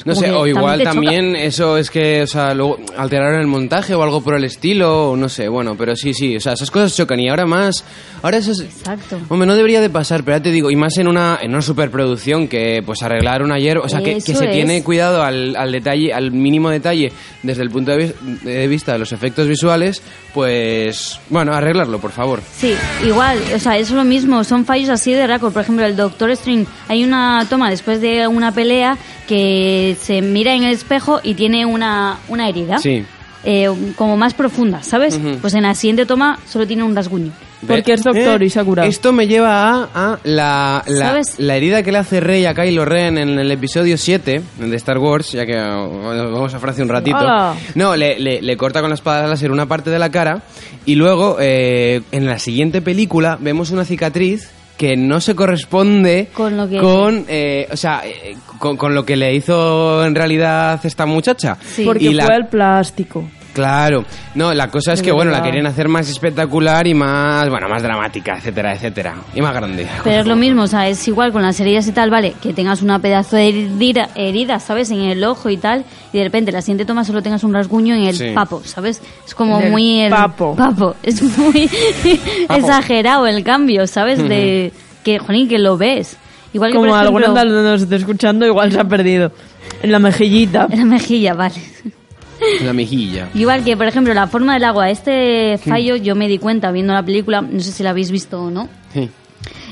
Speaker 1: No
Speaker 4: Como
Speaker 1: sé,
Speaker 4: que
Speaker 1: o igual
Speaker 4: te choca.
Speaker 1: también eso es que, o sea, luego alteraron el montaje o algo por el estilo, o no sé, bueno, pero sí, sí, o sea, esas cosas chocan y ahora más, ahora eso es...
Speaker 4: Exacto.
Speaker 1: Hombre, no debería de pasar, pero ya te digo, y más en una, en una superproducción que pues arreglar una hierba, o sea, que, que
Speaker 4: Eso
Speaker 1: se
Speaker 4: es.
Speaker 1: tiene cuidado al, al detalle, al mínimo detalle desde el punto de, vis- de vista de los efectos visuales, pues, bueno, arreglarlo, por favor.
Speaker 4: Sí, igual, o sea, es lo mismo, son fallos así de récord. Por ejemplo, el Doctor Strange, hay una toma después de una pelea que se mira en el espejo y tiene una, una herida.
Speaker 1: Sí.
Speaker 4: Eh, como más profunda, ¿sabes?
Speaker 1: Ujú.
Speaker 4: Pues en la siguiente toma solo tiene un rasguño.
Speaker 3: Porque es doctor
Speaker 1: Eh,
Speaker 3: y se ha curado.
Speaker 1: Esto me lleva a, a la, la-
Speaker 4: ¿Sabes?
Speaker 1: la herida que le hace Rey a Kylo Ren en el episodio 7 de Star Wars, ya que ah, vamos a Francia un ratito.
Speaker 3: Hola.
Speaker 1: No, le, le- le corta con la espada láser una parte de la cara y luego eh, en la siguiente película vemos una cicatriz que no se corresponde
Speaker 4: Con lo que-
Speaker 1: con, eh, o sea, eh, con, con lo que le hizo en realidad esta muchacha.
Speaker 4: Sí.
Speaker 3: Porque
Speaker 1: Y la-
Speaker 3: fue el plástico.
Speaker 1: Claro, no, la cosa es
Speaker 3: Es
Speaker 1: que bueno, la
Speaker 3: verdad.
Speaker 1: querían hacer más espectacular y más, bueno, más dramática, etcétera, etcétera, y más grande. [LAUGHS]
Speaker 4: Pero es lo mismo, o sea, es igual con las heridas y tal, vale, que tengas una pedazo de herida, herida, ¿sabes? En el ojo y tal, y de repente la siguiente toma solo tengas un rasguño en el
Speaker 1: Sí.
Speaker 4: papo, ¿sabes? Es como
Speaker 3: En el
Speaker 4: muy... El
Speaker 3: papo.
Speaker 4: es muy
Speaker 1: Papo.
Speaker 4: exagerado el cambio, ¿sabes? De que, jolín, que lo ves. Igual que,
Speaker 3: Como
Speaker 4: por
Speaker 3: alguno
Speaker 4: ejemplo,
Speaker 3: andal nos esté escuchando, igual se ha perdido. En la mejillita.
Speaker 4: en la mejilla, vale.
Speaker 1: La mejilla.
Speaker 4: Igual que, por ejemplo, la forma del agua. Este fallo yo me di cuenta viendo la película, no sé si la habéis visto o no.
Speaker 1: Sí. [LAUGHS]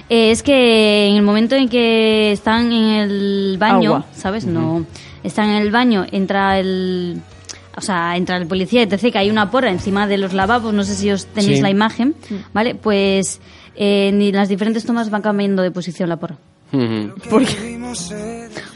Speaker 4: Eh, es que en el momento en que están en el baño,
Speaker 3: Agua.
Speaker 4: ¿sabes? No. Están en el baño, entra el. O sea, entra el policía y te dice que hay una porra encima de los lavabos. No sé si os tenéis
Speaker 1: Sí.
Speaker 4: la imagen, ¿vale? Pues eh, en las diferentes tomas van cambiando de posición la porra.
Speaker 1: Ujú.
Speaker 4: O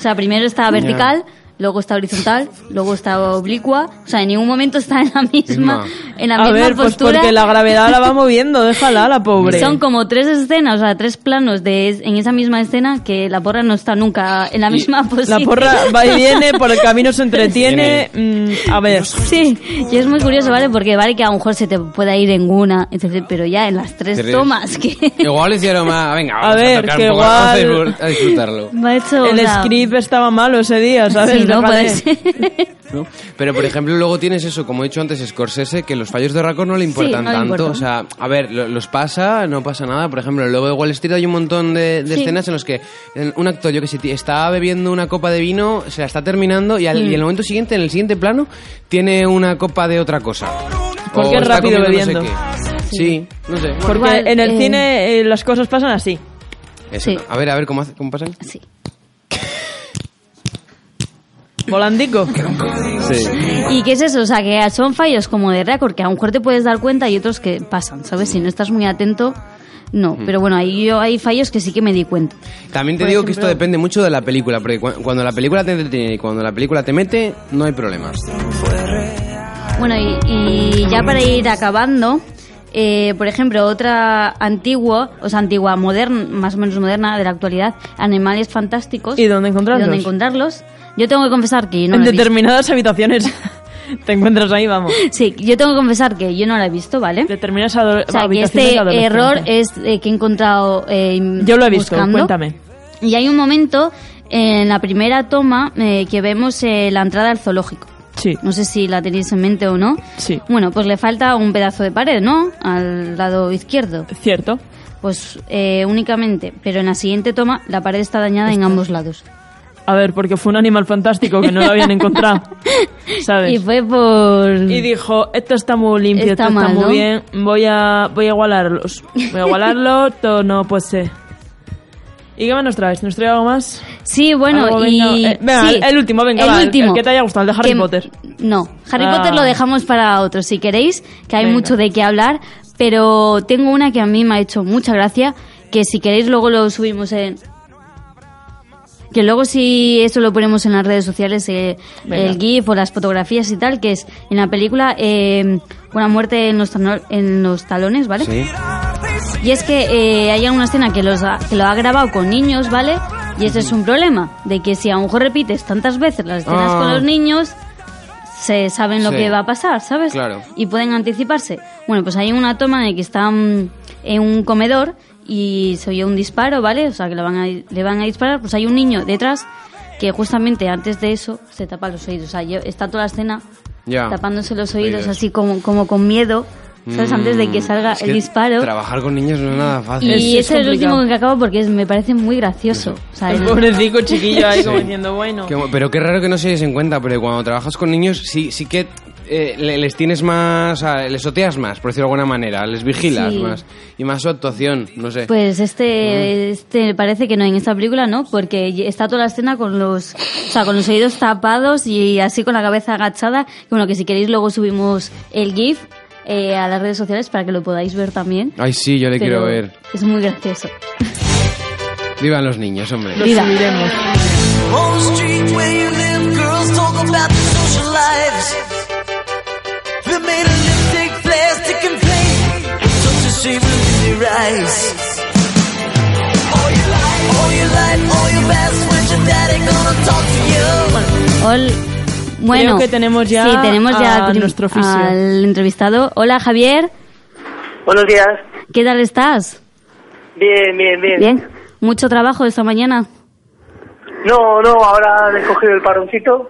Speaker 4: sea, primero está vertical, luego está horizontal, luego está oblicua. O sea, en ningún momento está en la misma,
Speaker 1: Misma.
Speaker 4: en la
Speaker 3: A
Speaker 4: misma
Speaker 3: ver, pues
Speaker 4: postura.
Speaker 3: porque la gravedad la va moviendo, déjala, la pobre.
Speaker 4: Son como tres escenas, o sea, tres planos de es- en esa misma escena que la porra no está nunca en la
Speaker 1: Y
Speaker 4: misma
Speaker 3: La
Speaker 4: posición. [LAUGHS]
Speaker 3: porra va y viene, por el camino se entretiene. mm, a ver,
Speaker 4: Sí, y es muy curioso, ¿vale? Porque vale que a lo mejor se te pueda ir en una, etc., pero ya en las tres,
Speaker 1: Tres.
Speaker 4: tomas que
Speaker 3: [LAUGHS]
Speaker 1: Igual hicieron más. Venga, vamos a,
Speaker 3: ver,
Speaker 1: tocar
Speaker 3: que
Speaker 1: un poco, vamos a
Speaker 3: igual-
Speaker 1: disfrut- a disfrutarlo.
Speaker 4: me ha hecho... o
Speaker 3: el
Speaker 4: sea,
Speaker 3: script estaba malo ese día, ¿sabes?
Speaker 4: sí, no Pues,
Speaker 3: Déjale.
Speaker 4: puede ser.
Speaker 1: ¿no? Pero por ejemplo, luego tienes eso, como he dicho antes, Scorsese, que los fallos de Raccord no le importan
Speaker 4: no le
Speaker 1: tanto.
Speaker 4: importan.
Speaker 1: O sea, a ver, lo- los pasa, no pasa nada. Por ejemplo, luego de Wall Street hay un montón de, de
Speaker 4: Sí.
Speaker 1: escenas en los que en- un actor, yo que sé, ti- está bebiendo una copa de vino, se la está terminando y, al, y en el momento siguiente, en el siguiente plano, tiene una copa de otra cosa.
Speaker 3: Porque
Speaker 1: O
Speaker 3: es
Speaker 1: está
Speaker 3: rápido
Speaker 1: comiendo no sé
Speaker 3: bebiendo.
Speaker 1: qué. Sí, no sé. bueno,
Speaker 3: Porque
Speaker 4: Igual,
Speaker 3: en el
Speaker 4: eh,
Speaker 3: cine eh, las cosas pasan así.
Speaker 1: eso,
Speaker 4: sí.
Speaker 1: no. A ver, a ver, ¿cómo, hace- cómo pasan?
Speaker 4: [LAUGHS] Sí.
Speaker 3: Volandico.
Speaker 1: Sí.
Speaker 4: ¿Y qué es eso? O sea, que son fallos como de récord, que a lo mejor te puedes dar cuenta y otros que pasan, ¿sabes? Si no estás muy atento, no.
Speaker 3: Mm.
Speaker 4: Pero bueno, ahí yo hay fallos que sí que me di cuenta.
Speaker 1: También te
Speaker 4: Por
Speaker 1: digo que
Speaker 4: ejemplo-
Speaker 1: esto depende mucho de la película, porque cu- cuando la película te entretiene y cuando la película te mete, no hay problemas.
Speaker 4: Bueno, y, y ya para ir acabando, Eh, por ejemplo, otra antigua, o sea, antigua, moderna, más o menos moderna de la actualidad, Animales Fantásticos.
Speaker 3: ¿Y dónde encontrarlos?
Speaker 4: ¿Y dónde encontrarlos? Yo tengo que confesar que yo no
Speaker 3: en
Speaker 4: lo he visto.
Speaker 3: determinadas habitaciones [LAUGHS] te encuentras ahí,
Speaker 4: [LAUGHS]
Speaker 3: vamos.
Speaker 4: Sí, yo tengo que confesar que yo no la he visto, ¿vale?
Speaker 3: Determinadas
Speaker 4: O sea, que
Speaker 3: habitaciones
Speaker 4: este
Speaker 3: de adolescentes.
Speaker 4: error es eh, que he encontrado. eh,
Speaker 3: Yo lo he visto,
Speaker 4: buscando.
Speaker 3: cuéntame.
Speaker 4: Y hay un momento eh, en la primera toma eh, que vemos eh, la entrada al zoológico.
Speaker 3: Sí.
Speaker 4: No sé si la tenéis en mente o no.
Speaker 3: Sí.
Speaker 4: Bueno, pues le falta un pedazo de pared, ¿no? Al lado izquierdo.
Speaker 3: Cierto.
Speaker 4: Pues eh, únicamente, pero en la siguiente toma la pared está dañada en ambos lados.
Speaker 3: A ver, porque fue un animal fantástico que no lo habían
Speaker 4: [LAUGHS]
Speaker 3: encontrado. ¿Sabes?
Speaker 4: Y fue por...
Speaker 3: Y dijo, esto está muy limpio,
Speaker 4: Mm. Está
Speaker 3: esto
Speaker 4: mal,
Speaker 3: está muy
Speaker 4: ¿no?
Speaker 3: bien, voy a, voy a igualarlos. Voy a igualarlo, todo no puede ser. ¿Y qué más nos traes? ¿Nos trae algo más?
Speaker 4: Sí,
Speaker 3: Algo,
Speaker 4: bueno, y...
Speaker 3: venga, eh, venga,
Speaker 4: sí.
Speaker 3: el- el último, venga, va, el- el que te haya gustado, el de Harry Potter.
Speaker 4: No, Harry
Speaker 3: Ah.
Speaker 4: Potter lo dejamos para otro, si queréis, que hay
Speaker 3: Venga.
Speaker 4: mucho de qué hablar, pero tengo una que a mí me ha hecho mucha gracia, que si queréis luego lo subimos en... Que luego si eso lo ponemos en las redes sociales, eh,
Speaker 3: Venga.
Speaker 4: el GIF o las fotografías y tal, que es en la película eh, Una muerte en los, tano- en los talones, ¿vale?
Speaker 1: Sí.
Speaker 4: Y es que eh, hay una escena que, los ha- que lo ha grabado con niños, ¿vale? Y ese es un problema, de que si a lo mejor repites tantas veces las escenas
Speaker 1: Ah.
Speaker 4: con los niños, se saben lo
Speaker 1: Sí.
Speaker 4: que va a pasar, ¿sabes?
Speaker 1: Claro.
Speaker 4: Y pueden anticiparse. Bueno, pues hay una toma en la que están en un comedor y se oye un disparo, ¿vale? O sea, que le van a, le van a disparar. Pues hay un niño detrás que justamente antes de eso se tapa los oídos. O sea, yo- está toda la escena
Speaker 1: Ya.
Speaker 4: tapándose los oídos,
Speaker 1: Oídos.
Speaker 4: así como, como con miedo, ¿sabes? Antes de que
Speaker 1: Mm,
Speaker 4: salga
Speaker 1: es
Speaker 4: el
Speaker 1: que
Speaker 4: disparo.
Speaker 1: Trabajar con niños no es nada fácil.
Speaker 3: Es-
Speaker 4: Y
Speaker 3: es
Speaker 4: ese es el
Speaker 3: complicado.
Speaker 4: último que acabo porque es- me parece muy gracioso. O sea,
Speaker 3: El
Speaker 4: el-
Speaker 3: pobrecito chiquillo ahí como
Speaker 1: Sí.
Speaker 3: diciendo, bueno.
Speaker 1: Qué bu- pero qué raro que no se en cuenta, pero cuando trabajas con niños sí, sí que eh, le- les tienes más, o sea, les soteas más, por decirlo de alguna manera, les vigilas
Speaker 4: Sí.
Speaker 1: más y más su actuación, no sé.
Speaker 4: Pues este, este parece que no en esta película, ¿no? Porque y- está toda la escena con los, o sea, con los oídos tapados y así con la cabeza agachada. Y Bueno, que si queréis luego subimos el GIF eh, a las redes sociales para que lo podáis ver también.
Speaker 1: Ay, sí, yo le
Speaker 4: Pero
Speaker 1: Ah, quiero ver.
Speaker 4: Es muy gracioso.
Speaker 1: Vivan los niños, hombre.
Speaker 3: Lo
Speaker 4: Mira.
Speaker 3: subiremos.
Speaker 6: On the street where you live, girls talk about their social lives. They made of lipstick, plastic, and paint. Such a shame in their eyes. All your life, all your life, all your best. When's your daddy gonna talk to you?
Speaker 4: Ol- bueno,
Speaker 3: que tenemos ya
Speaker 4: sí, tenemos ya
Speaker 3: a
Speaker 4: prim-
Speaker 3: nuestro fisio.
Speaker 4: al entrevistado. Hola Javier,
Speaker 7: Buenos días.
Speaker 4: ¿qué tal estás?
Speaker 7: Bien, bien, bien,
Speaker 4: Bien. Mucho trabajo esta mañana.
Speaker 7: No, no, ahora he cogido el paroncito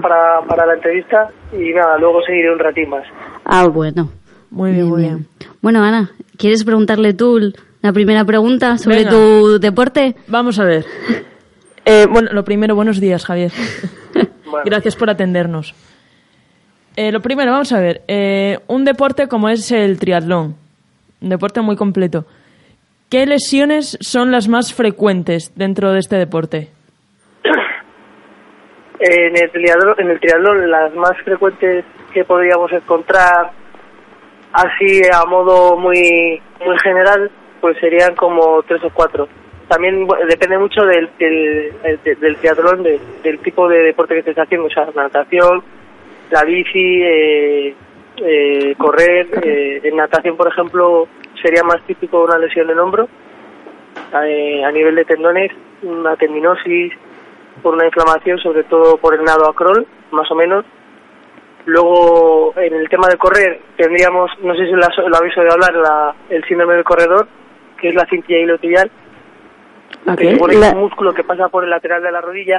Speaker 7: para, para la entrevista y nada, luego seguiré un ratín más.
Speaker 4: Ah, bueno.
Speaker 3: Muy bien, muy bien.
Speaker 4: Bueno, Ana, ¿quieres preguntarle tú l- la primera pregunta sobre
Speaker 3: Venga.
Speaker 4: tu deporte?
Speaker 3: Vamos a ver. Eh, bueno, lo primero, buenos días, Javier. Gracias por atendernos. Eh, lo primero, vamos a ver. eh, un deporte como es el triatlón, un deporte muy completo. ¿Qué lesiones son las más frecuentes dentro de este deporte?
Speaker 7: En el triatlón, en el triatlón las más frecuentes que podríamos encontrar así a modo muy muy general pues serían como tres o cuatro. También bu- depende mucho del, del, del- del triatlón, de- del tipo de deporte que estés haciendo, o sea, la natación, la bici, eh, eh, correr. eh, en natación, por ejemplo, sería más típico una lesión en hombro, eh, a nivel de tendones, una tendinosis, por una inflamación, sobre todo por el nado acrol, más o menos. Luego, en el tema de correr, tendríamos, no sé si lo, has- lo habéis oído hablar, la- el síndrome del corredor, que es la cintilla iliotibial, que supone que es un músculo que pasa por el lateral de la rodilla,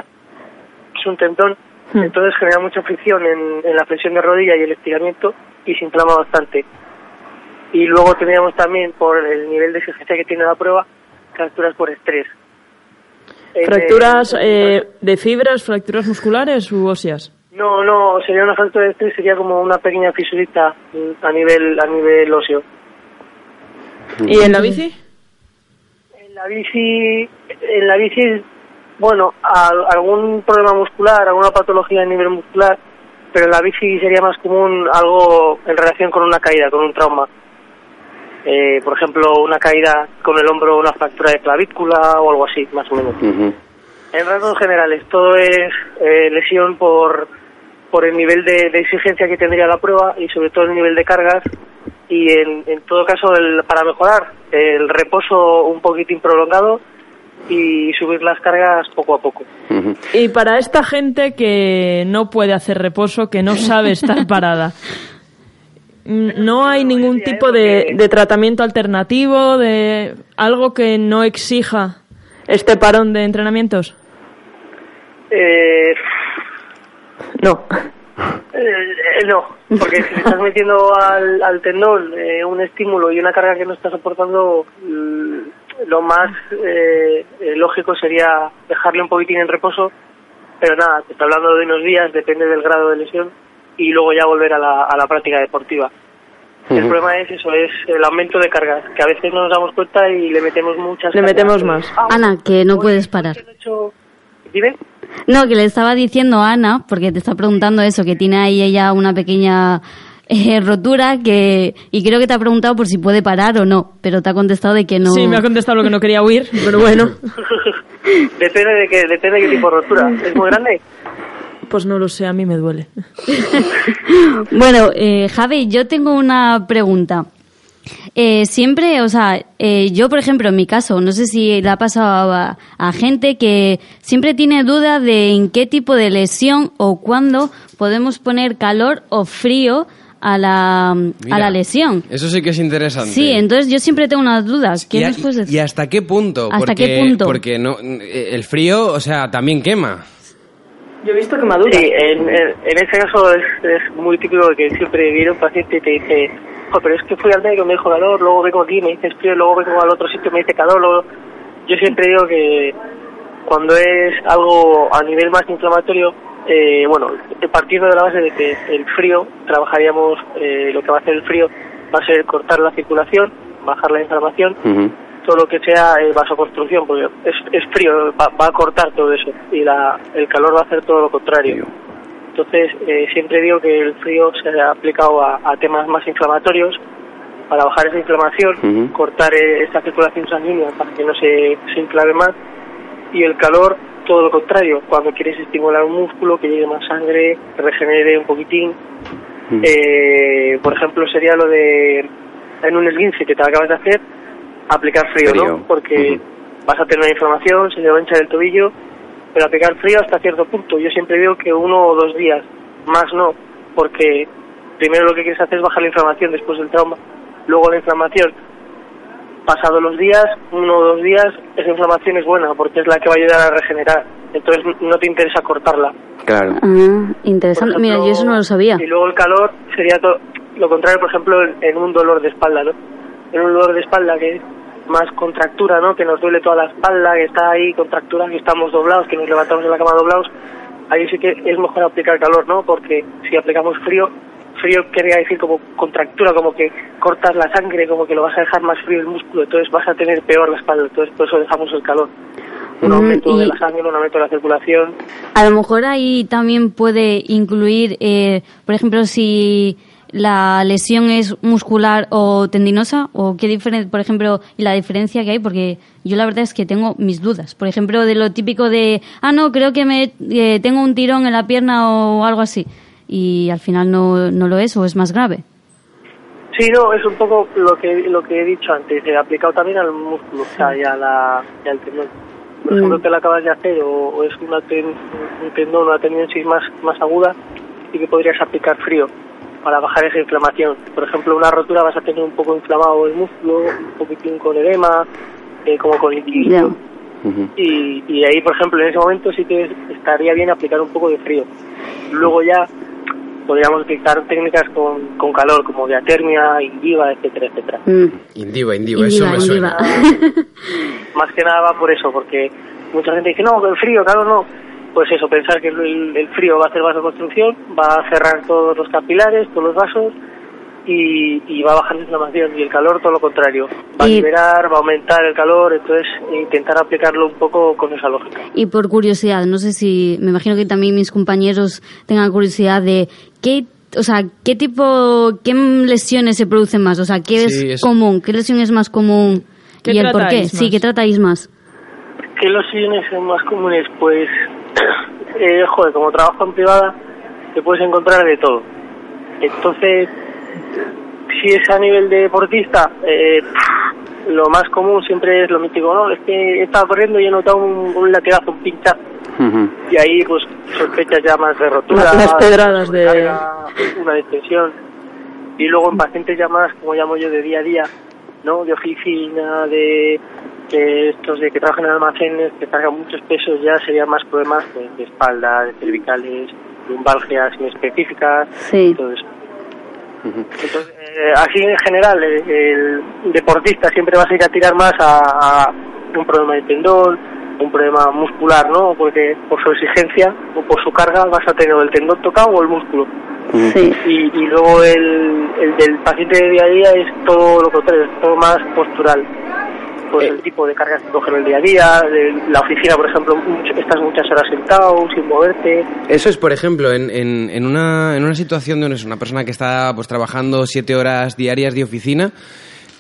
Speaker 7: es un tendón,
Speaker 3: Hmm.
Speaker 7: entonces genera mucha fricción en, en la flexión de rodilla y el estiramiento y se inflama bastante. Y luego tendríamos también, por el nivel de exigencia que tiene la prueba, fracturas por estrés. En el-
Speaker 3: ¿Fracturas eh, de fibras, fracturas musculares u óseas?
Speaker 7: no, no, sería una falta de estrés, sería como una pequeña fisurita mm, a nivel a nivel óseo.
Speaker 3: ¿Y en la bici?
Speaker 7: En la bici, en la bici, bueno, al- algún problema muscular, alguna patología a nivel muscular, pero en la bici sería más común algo en relación con una caída, con un trauma. Eh, por ejemplo, una caída con el hombro, una fractura de clavícula o algo así, más o menos. En rasgos generales, todo es eh, lesión por, por el nivel de, de exigencia que tendría la prueba y sobre todo el nivel de cargas y en, en todo caso el, para mejorar el reposo un poquitín prolongado y subir las cargas poco a poco.
Speaker 3: Y para esta gente que no puede hacer reposo, que no sabe estar [LAUGHS] parada, no hay ningún tipo de, de tratamiento alternativo, de algo que no exija este parón de entrenamientos.
Speaker 7: Eh,
Speaker 3: No.
Speaker 7: eh, no, porque si le estás metiendo al, al tendón eh, un estímulo y una carga que no está soportando, mm, lo más eh, eh, lógico sería dejarle un poquitín en reposo, pero nada, te está hablando de unos días, depende del grado de lesión, y luego ya volver a la, a la práctica deportiva. El
Speaker 1: Ujú.
Speaker 7: problema es eso, es el aumento de cargas, que a veces no nos damos cuenta y le metemos muchas
Speaker 3: Le
Speaker 7: cargas.
Speaker 3: metemos más.
Speaker 7: Ah,
Speaker 4: Ana, que no puedes parar.
Speaker 7: ¿qué le he hecho? Dime.
Speaker 4: No, que le estaba diciendo a Ana, porque te está preguntando eso, que tiene ahí ella una pequeña eh, rotura que y creo que te ha preguntado por si puede parar o no, pero te ha contestado de que no.
Speaker 3: Sí, me ha contestado lo que no quería oír, pero bueno,
Speaker 7: Depende de qué, depende de qué tipo de rotura. ¿Es muy grande?
Speaker 3: pues no lo sé, a mí me duele.
Speaker 4: bueno, eh, Javi, yo tengo una pregunta. Eh, siempre, o sea, eh, yo por ejemplo, en mi caso, no sé si le ha pasado a, a gente que siempre tiene duda de en qué tipo de lesión o cuándo podemos poner calor o frío a la, a la
Speaker 1: Mira,
Speaker 4: lesión.
Speaker 1: Eso sí que es interesante.
Speaker 4: Sí, entonces yo siempre tengo unas dudas. ¿Qué
Speaker 1: ¿Y, a-
Speaker 4: nos puedes decir?
Speaker 1: y hasta qué punto?
Speaker 4: ¿Hasta
Speaker 1: porque,
Speaker 4: qué punto?
Speaker 1: Porque no, eh, el frío, o sea, también quema.
Speaker 3: Yo he visto que madura.
Speaker 7: Sí, en, en, en ese caso es, es muy típico que siempre viene un paciente y te dice, "Jo, pero es que fui al médico y me dijo calor, luego vengo aquí y me dice frío, luego vengo al otro sitio y me dice calor. luego-". Yo siempre digo que cuando es algo a nivel más inflamatorio, eh, bueno, partiendo de la base de que el frío, trabajaríamos, eh, lo que va a hacer el frío va a ser cortar la circulación, bajar la inflamación todo lo que sea eh, vasoconstrucción, porque es, es frío, va, va a cortar todo eso y la, el calor va a hacer todo lo contrario. Entonces, eh, siempre digo que el frío se ha aplicado a, a temas más inflamatorios para bajar esa inflamación, cortar eh, esa circulación sanguínea para que no se, se inflame más y el calor todo lo contrario, cuando quieres estimular un músculo, que llegue más sangre, que regenere un poquitín. Eh, por ejemplo, sería lo de en un esguince que te acabas de hacer, aplicar frío,
Speaker 8: Frío.
Speaker 7: ¿no? Porque vas a tener una inflamación, se te va a hinchar el tobillo, pero aplicar frío hasta cierto punto. Yo siempre digo que uno o dos días, más no, porque primero lo que quieres hacer es bajar la inflamación después del trauma, luego la inflamación. Pasados los días, uno o dos días, esa inflamación es buena porque es la que va a ayudar a regenerar. Entonces n- no te interesa cortarla.
Speaker 8: Claro.
Speaker 4: Ah,
Speaker 7: Por
Speaker 4: interesante. Mira,
Speaker 7: ejemplo,
Speaker 4: yo eso no lo sabía.
Speaker 7: Y luego el calor sería to- lo contrario, por ejemplo, en, en un dolor de espalda, ¿no? En un dolor de espalda que es más contractura, ¿no? Que nos duele toda la espalda, que está ahí contractura, que estamos doblados, que nos levantamos de la cama doblados. Ahí sí que es mejor aplicar calor, ¿no? Porque si aplicamos frío, frío quería decir como contractura, como que cortas la sangre, como que lo vas a dejar más frío el músculo, entonces vas a tener peor la espalda, entonces por eso dejamos el calor. Un
Speaker 4: Mm,
Speaker 7: aumento de
Speaker 4: y-
Speaker 7: la sangre, un aumento de la circulación,
Speaker 4: A lo mejor ahí también puede incluir, eh, por ejemplo, si la lesión es muscular o tendinosa, o qué diferencia, por ejemplo, y la diferencia que hay, porque yo la verdad es que tengo mis dudas. Por ejemplo, de lo típico de, ah, no, creo que me eh, tengo un tirón en la pierna o algo así, y al final no, no lo es o es más grave.
Speaker 7: Sí, no, es un poco lo que lo que he dicho antes, eh, aplicado también al músculo, o sea, y, a la, y al tendón. Por ejemplo, te la acabas de hacer o, o es una ten- un tendón, una tendinosis más, más aguda y que podrías aplicar frío para bajar esa inflamación. Por ejemplo, una rotura vas a tener un poco inflamado el músculo, un poquitín con edema, eh, como con liquidez.
Speaker 4: Ya.
Speaker 7: Y, y ahí, por ejemplo, en ese momento sí que estaría bien aplicar un poco de frío. Luego ya podríamos aplicar técnicas con, con calor, como diatermia, indiva, etcétera, etcétera.
Speaker 1: Indiva, indiva, eso
Speaker 4: Indiva,
Speaker 1: me suena.
Speaker 4: indiva. [LAUGHS]
Speaker 7: Más que nada va por eso, porque mucha gente dice, no, el frío, calor no. Pues eso, pensar que el, el frío va a hacer vasoconstrucción, va a cerrar todos los capilares, todos los vasos, y, y va a bajar la inflamación. Y el calor, todo lo contrario. Va a
Speaker 4: Y-
Speaker 7: liberar, va a aumentar el calor, entonces intentar aplicarlo un poco con esa lógica.
Speaker 4: Y por curiosidad, no sé si, me imagino que también mis compañeros tengan curiosidad de qué, o sea, qué tipo, qué lesiones se producen más, o sea, qué
Speaker 1: Sí,
Speaker 4: es
Speaker 1: es-
Speaker 4: común, qué lesión es más común
Speaker 3: ¿Qué
Speaker 4: y el por qué.
Speaker 3: tratáis
Speaker 4: Sí,
Speaker 3: más?
Speaker 4: ¿qué tratáis más?
Speaker 7: ¿Qué lesiones son más comunes? Pues, [CLEARS THROAT] eh, joder, como trabajo en privada, te puedes encontrar de todo. Entonces, si es a nivel de deportista, eh, lo más común siempre es lo mítico, ¿no? Es que estaba corriendo y he notado un, un latigazo, un pinchazo. Y ahí, pues, sospechas ya más de rotura.
Speaker 3: Las- las pedradas de-
Speaker 7: sobrecarga, Una distensión. Y luego en pacientes ya más, como llamo yo, de día a día, ¿no? De oficina, de, de estos de que trabajan en almacenes, que cargan muchos pesos, ya serían más problemas pues, de espalda, de cervicales, lumbalgias inespecíficas,
Speaker 4: Sí.
Speaker 7: todo eso. Entonces, eh, así en general, eh, el deportista siempre va a ir a tirar más a, a un problema de tendón, un problema muscular, ¿no? Porque por su exigencia o por su carga vas a tener o el tendón tocado o el músculo.
Speaker 4: Sí.
Speaker 7: Y, y luego el, el del paciente de día a día es todo lo contrario, es todo más postural. Pues el tipo de cargas que cogen el día a día, de la oficina, por ejemplo, mucho- estás muchas horas sentado, sin moverte,
Speaker 1: Eso es, por ejemplo, en, en- en una, en una situación de una, una persona que está pues trabajando siete horas diarias de oficina.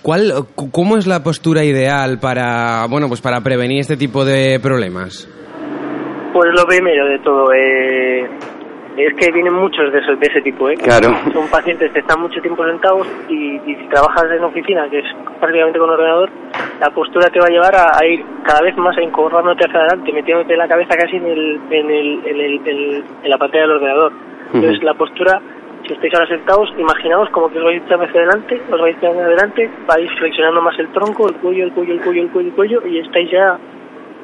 Speaker 1: ¿Cuál, o cu- ¿Cómo es la postura ideal para, bueno, pues para prevenir este tipo de problemas?
Speaker 7: Pues lo primero de todo, eh, es que vienen muchos de, esos, de ese tipo, ¿eh?
Speaker 8: Claro.
Speaker 7: Son pacientes que están mucho tiempo sentados y, y si trabajas en oficina, que es prácticamente con ordenador, la postura te va a llevar a, a ir cada vez más encorrándote hacia adelante, metiéndote la cabeza casi en, el, en, el, en, el- en- en la pantalla del ordenador. Entonces, la postura, si estáis ahora sentados, imaginaos como que os vais echando hacia adelante, os vais echando hacia adelante, vais flexionando más el tronco, el cuello, el cuello, el cuello, el cuello, el cuello y estáis ya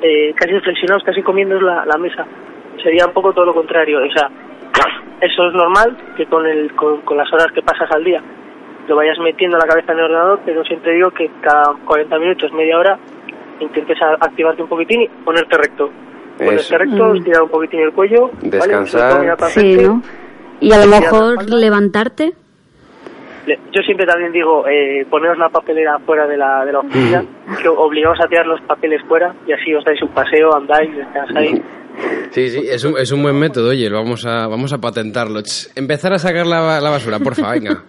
Speaker 7: eh, casi flexionados, casi comiendo la, la mesa. Sería un poco todo lo contrario. O sea, eso es normal que con, el, con, con las horas que pasas al día lo vayas metiendo la cabeza en el ordenador, pero siempre digo que cada 40 minutos, media hora, intentes a- activarte un poquitín y ponerte recto. Ponerte
Speaker 8: Eso.
Speaker 7: recto, estirar un poquitín el cuello, ¿vale?
Speaker 8: Descansar.
Speaker 7: Sobre todo mirar para
Speaker 4: Sí,
Speaker 7: frente.
Speaker 4: ¿no? Y a lo
Speaker 7: Tirar la
Speaker 4: mejor
Speaker 7: espalda.
Speaker 4: levantarte.
Speaker 7: Le- Yo siempre también digo, eh, poneros la papelera fuera de la, de la
Speaker 8: [LAUGHS]
Speaker 7: oficina, que obligaos a tirar los papeles fuera y así os dais un paseo, andáis, descansáis.
Speaker 1: Sí, sí, es un, es un buen método, oye, lo vamos a, vamos a patentarlo. Ch, Empezar a sacar la, la basura, porfa, venga.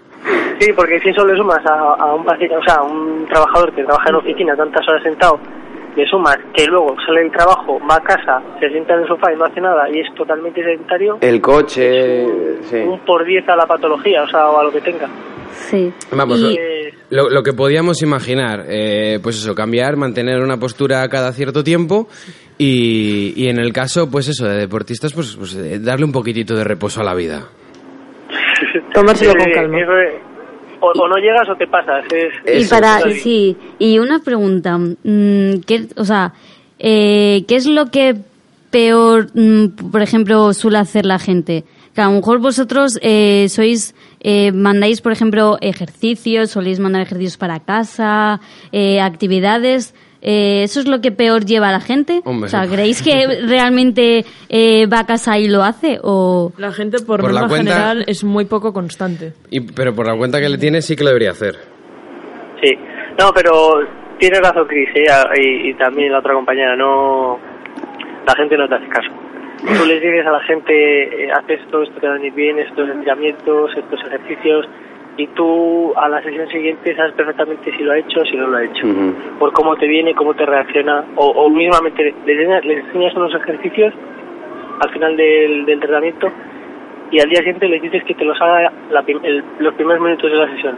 Speaker 7: Sí, porque si eso le sumas a, a un paciente, o sea, a un trabajador que trabaja en oficina tantas horas sentado, le sumas que luego sale del trabajo, va a casa, se sienta en el sofá y no hace nada y es totalmente sedentario,
Speaker 1: Eh.
Speaker 8: El coche, sí.
Speaker 7: un por diez a la patología, o sea, o a lo que tenga.
Speaker 4: Sí.
Speaker 1: Vamos,
Speaker 4: Y-
Speaker 7: Eh,
Speaker 1: Lo, lo que podíamos imaginar, eh, pues eso, cambiar, mantener una postura cada cierto tiempo y, y en el caso, pues eso, de deportistas, pues, pues, eh, darle un poquitito de reposo a la vida.
Speaker 3: Tomárselo
Speaker 7: eh,
Speaker 3: con calma.
Speaker 7: eso es- o, o no llegas o te pasas. Es,
Speaker 4: Y
Speaker 7: es
Speaker 4: para
Speaker 7: total.
Speaker 4: sí, y una pregunta, mm, ¿qué, o sea, eh, ¿qué es lo que peor, mm, por ejemplo, suele hacer la gente? Que a lo mejor vosotros eh, sois, eh, mandáis, por ejemplo, ejercicios, soléis mandar ejercicios para casa, eh, actividades. eh, ¿Eso es lo que peor lleva a la gente?
Speaker 1: Hombre.
Speaker 4: O sea, ¿creéis que realmente eh, va a casa y lo hace? O...
Speaker 3: La gente, por,
Speaker 1: Por la
Speaker 3: norma
Speaker 1: cuenta-
Speaker 3: general, es muy poco constante.
Speaker 1: Y- pero por la cuenta que le tiene, sí que lo debería hacer.
Speaker 7: Sí, no, pero tiene razón Cris ¿eh? A- y, y también la otra compañera, no, la gente no te hace caso. Tú les dices a la gente, eh, haz esto, esto te va a venir bien, estos estiramientos, estos ejercicios, y tú a la sesión siguiente sabes perfectamente si lo ha hecho o si no lo ha hecho,
Speaker 8: Ujú.
Speaker 7: por cómo te viene, cómo te reacciona, o, o mismamente les enseñas, les enseñas unos ejercicios al final del, del tratamiento y al día siguiente les dices que te los haga la prim- el- los primeros minutos de la sesión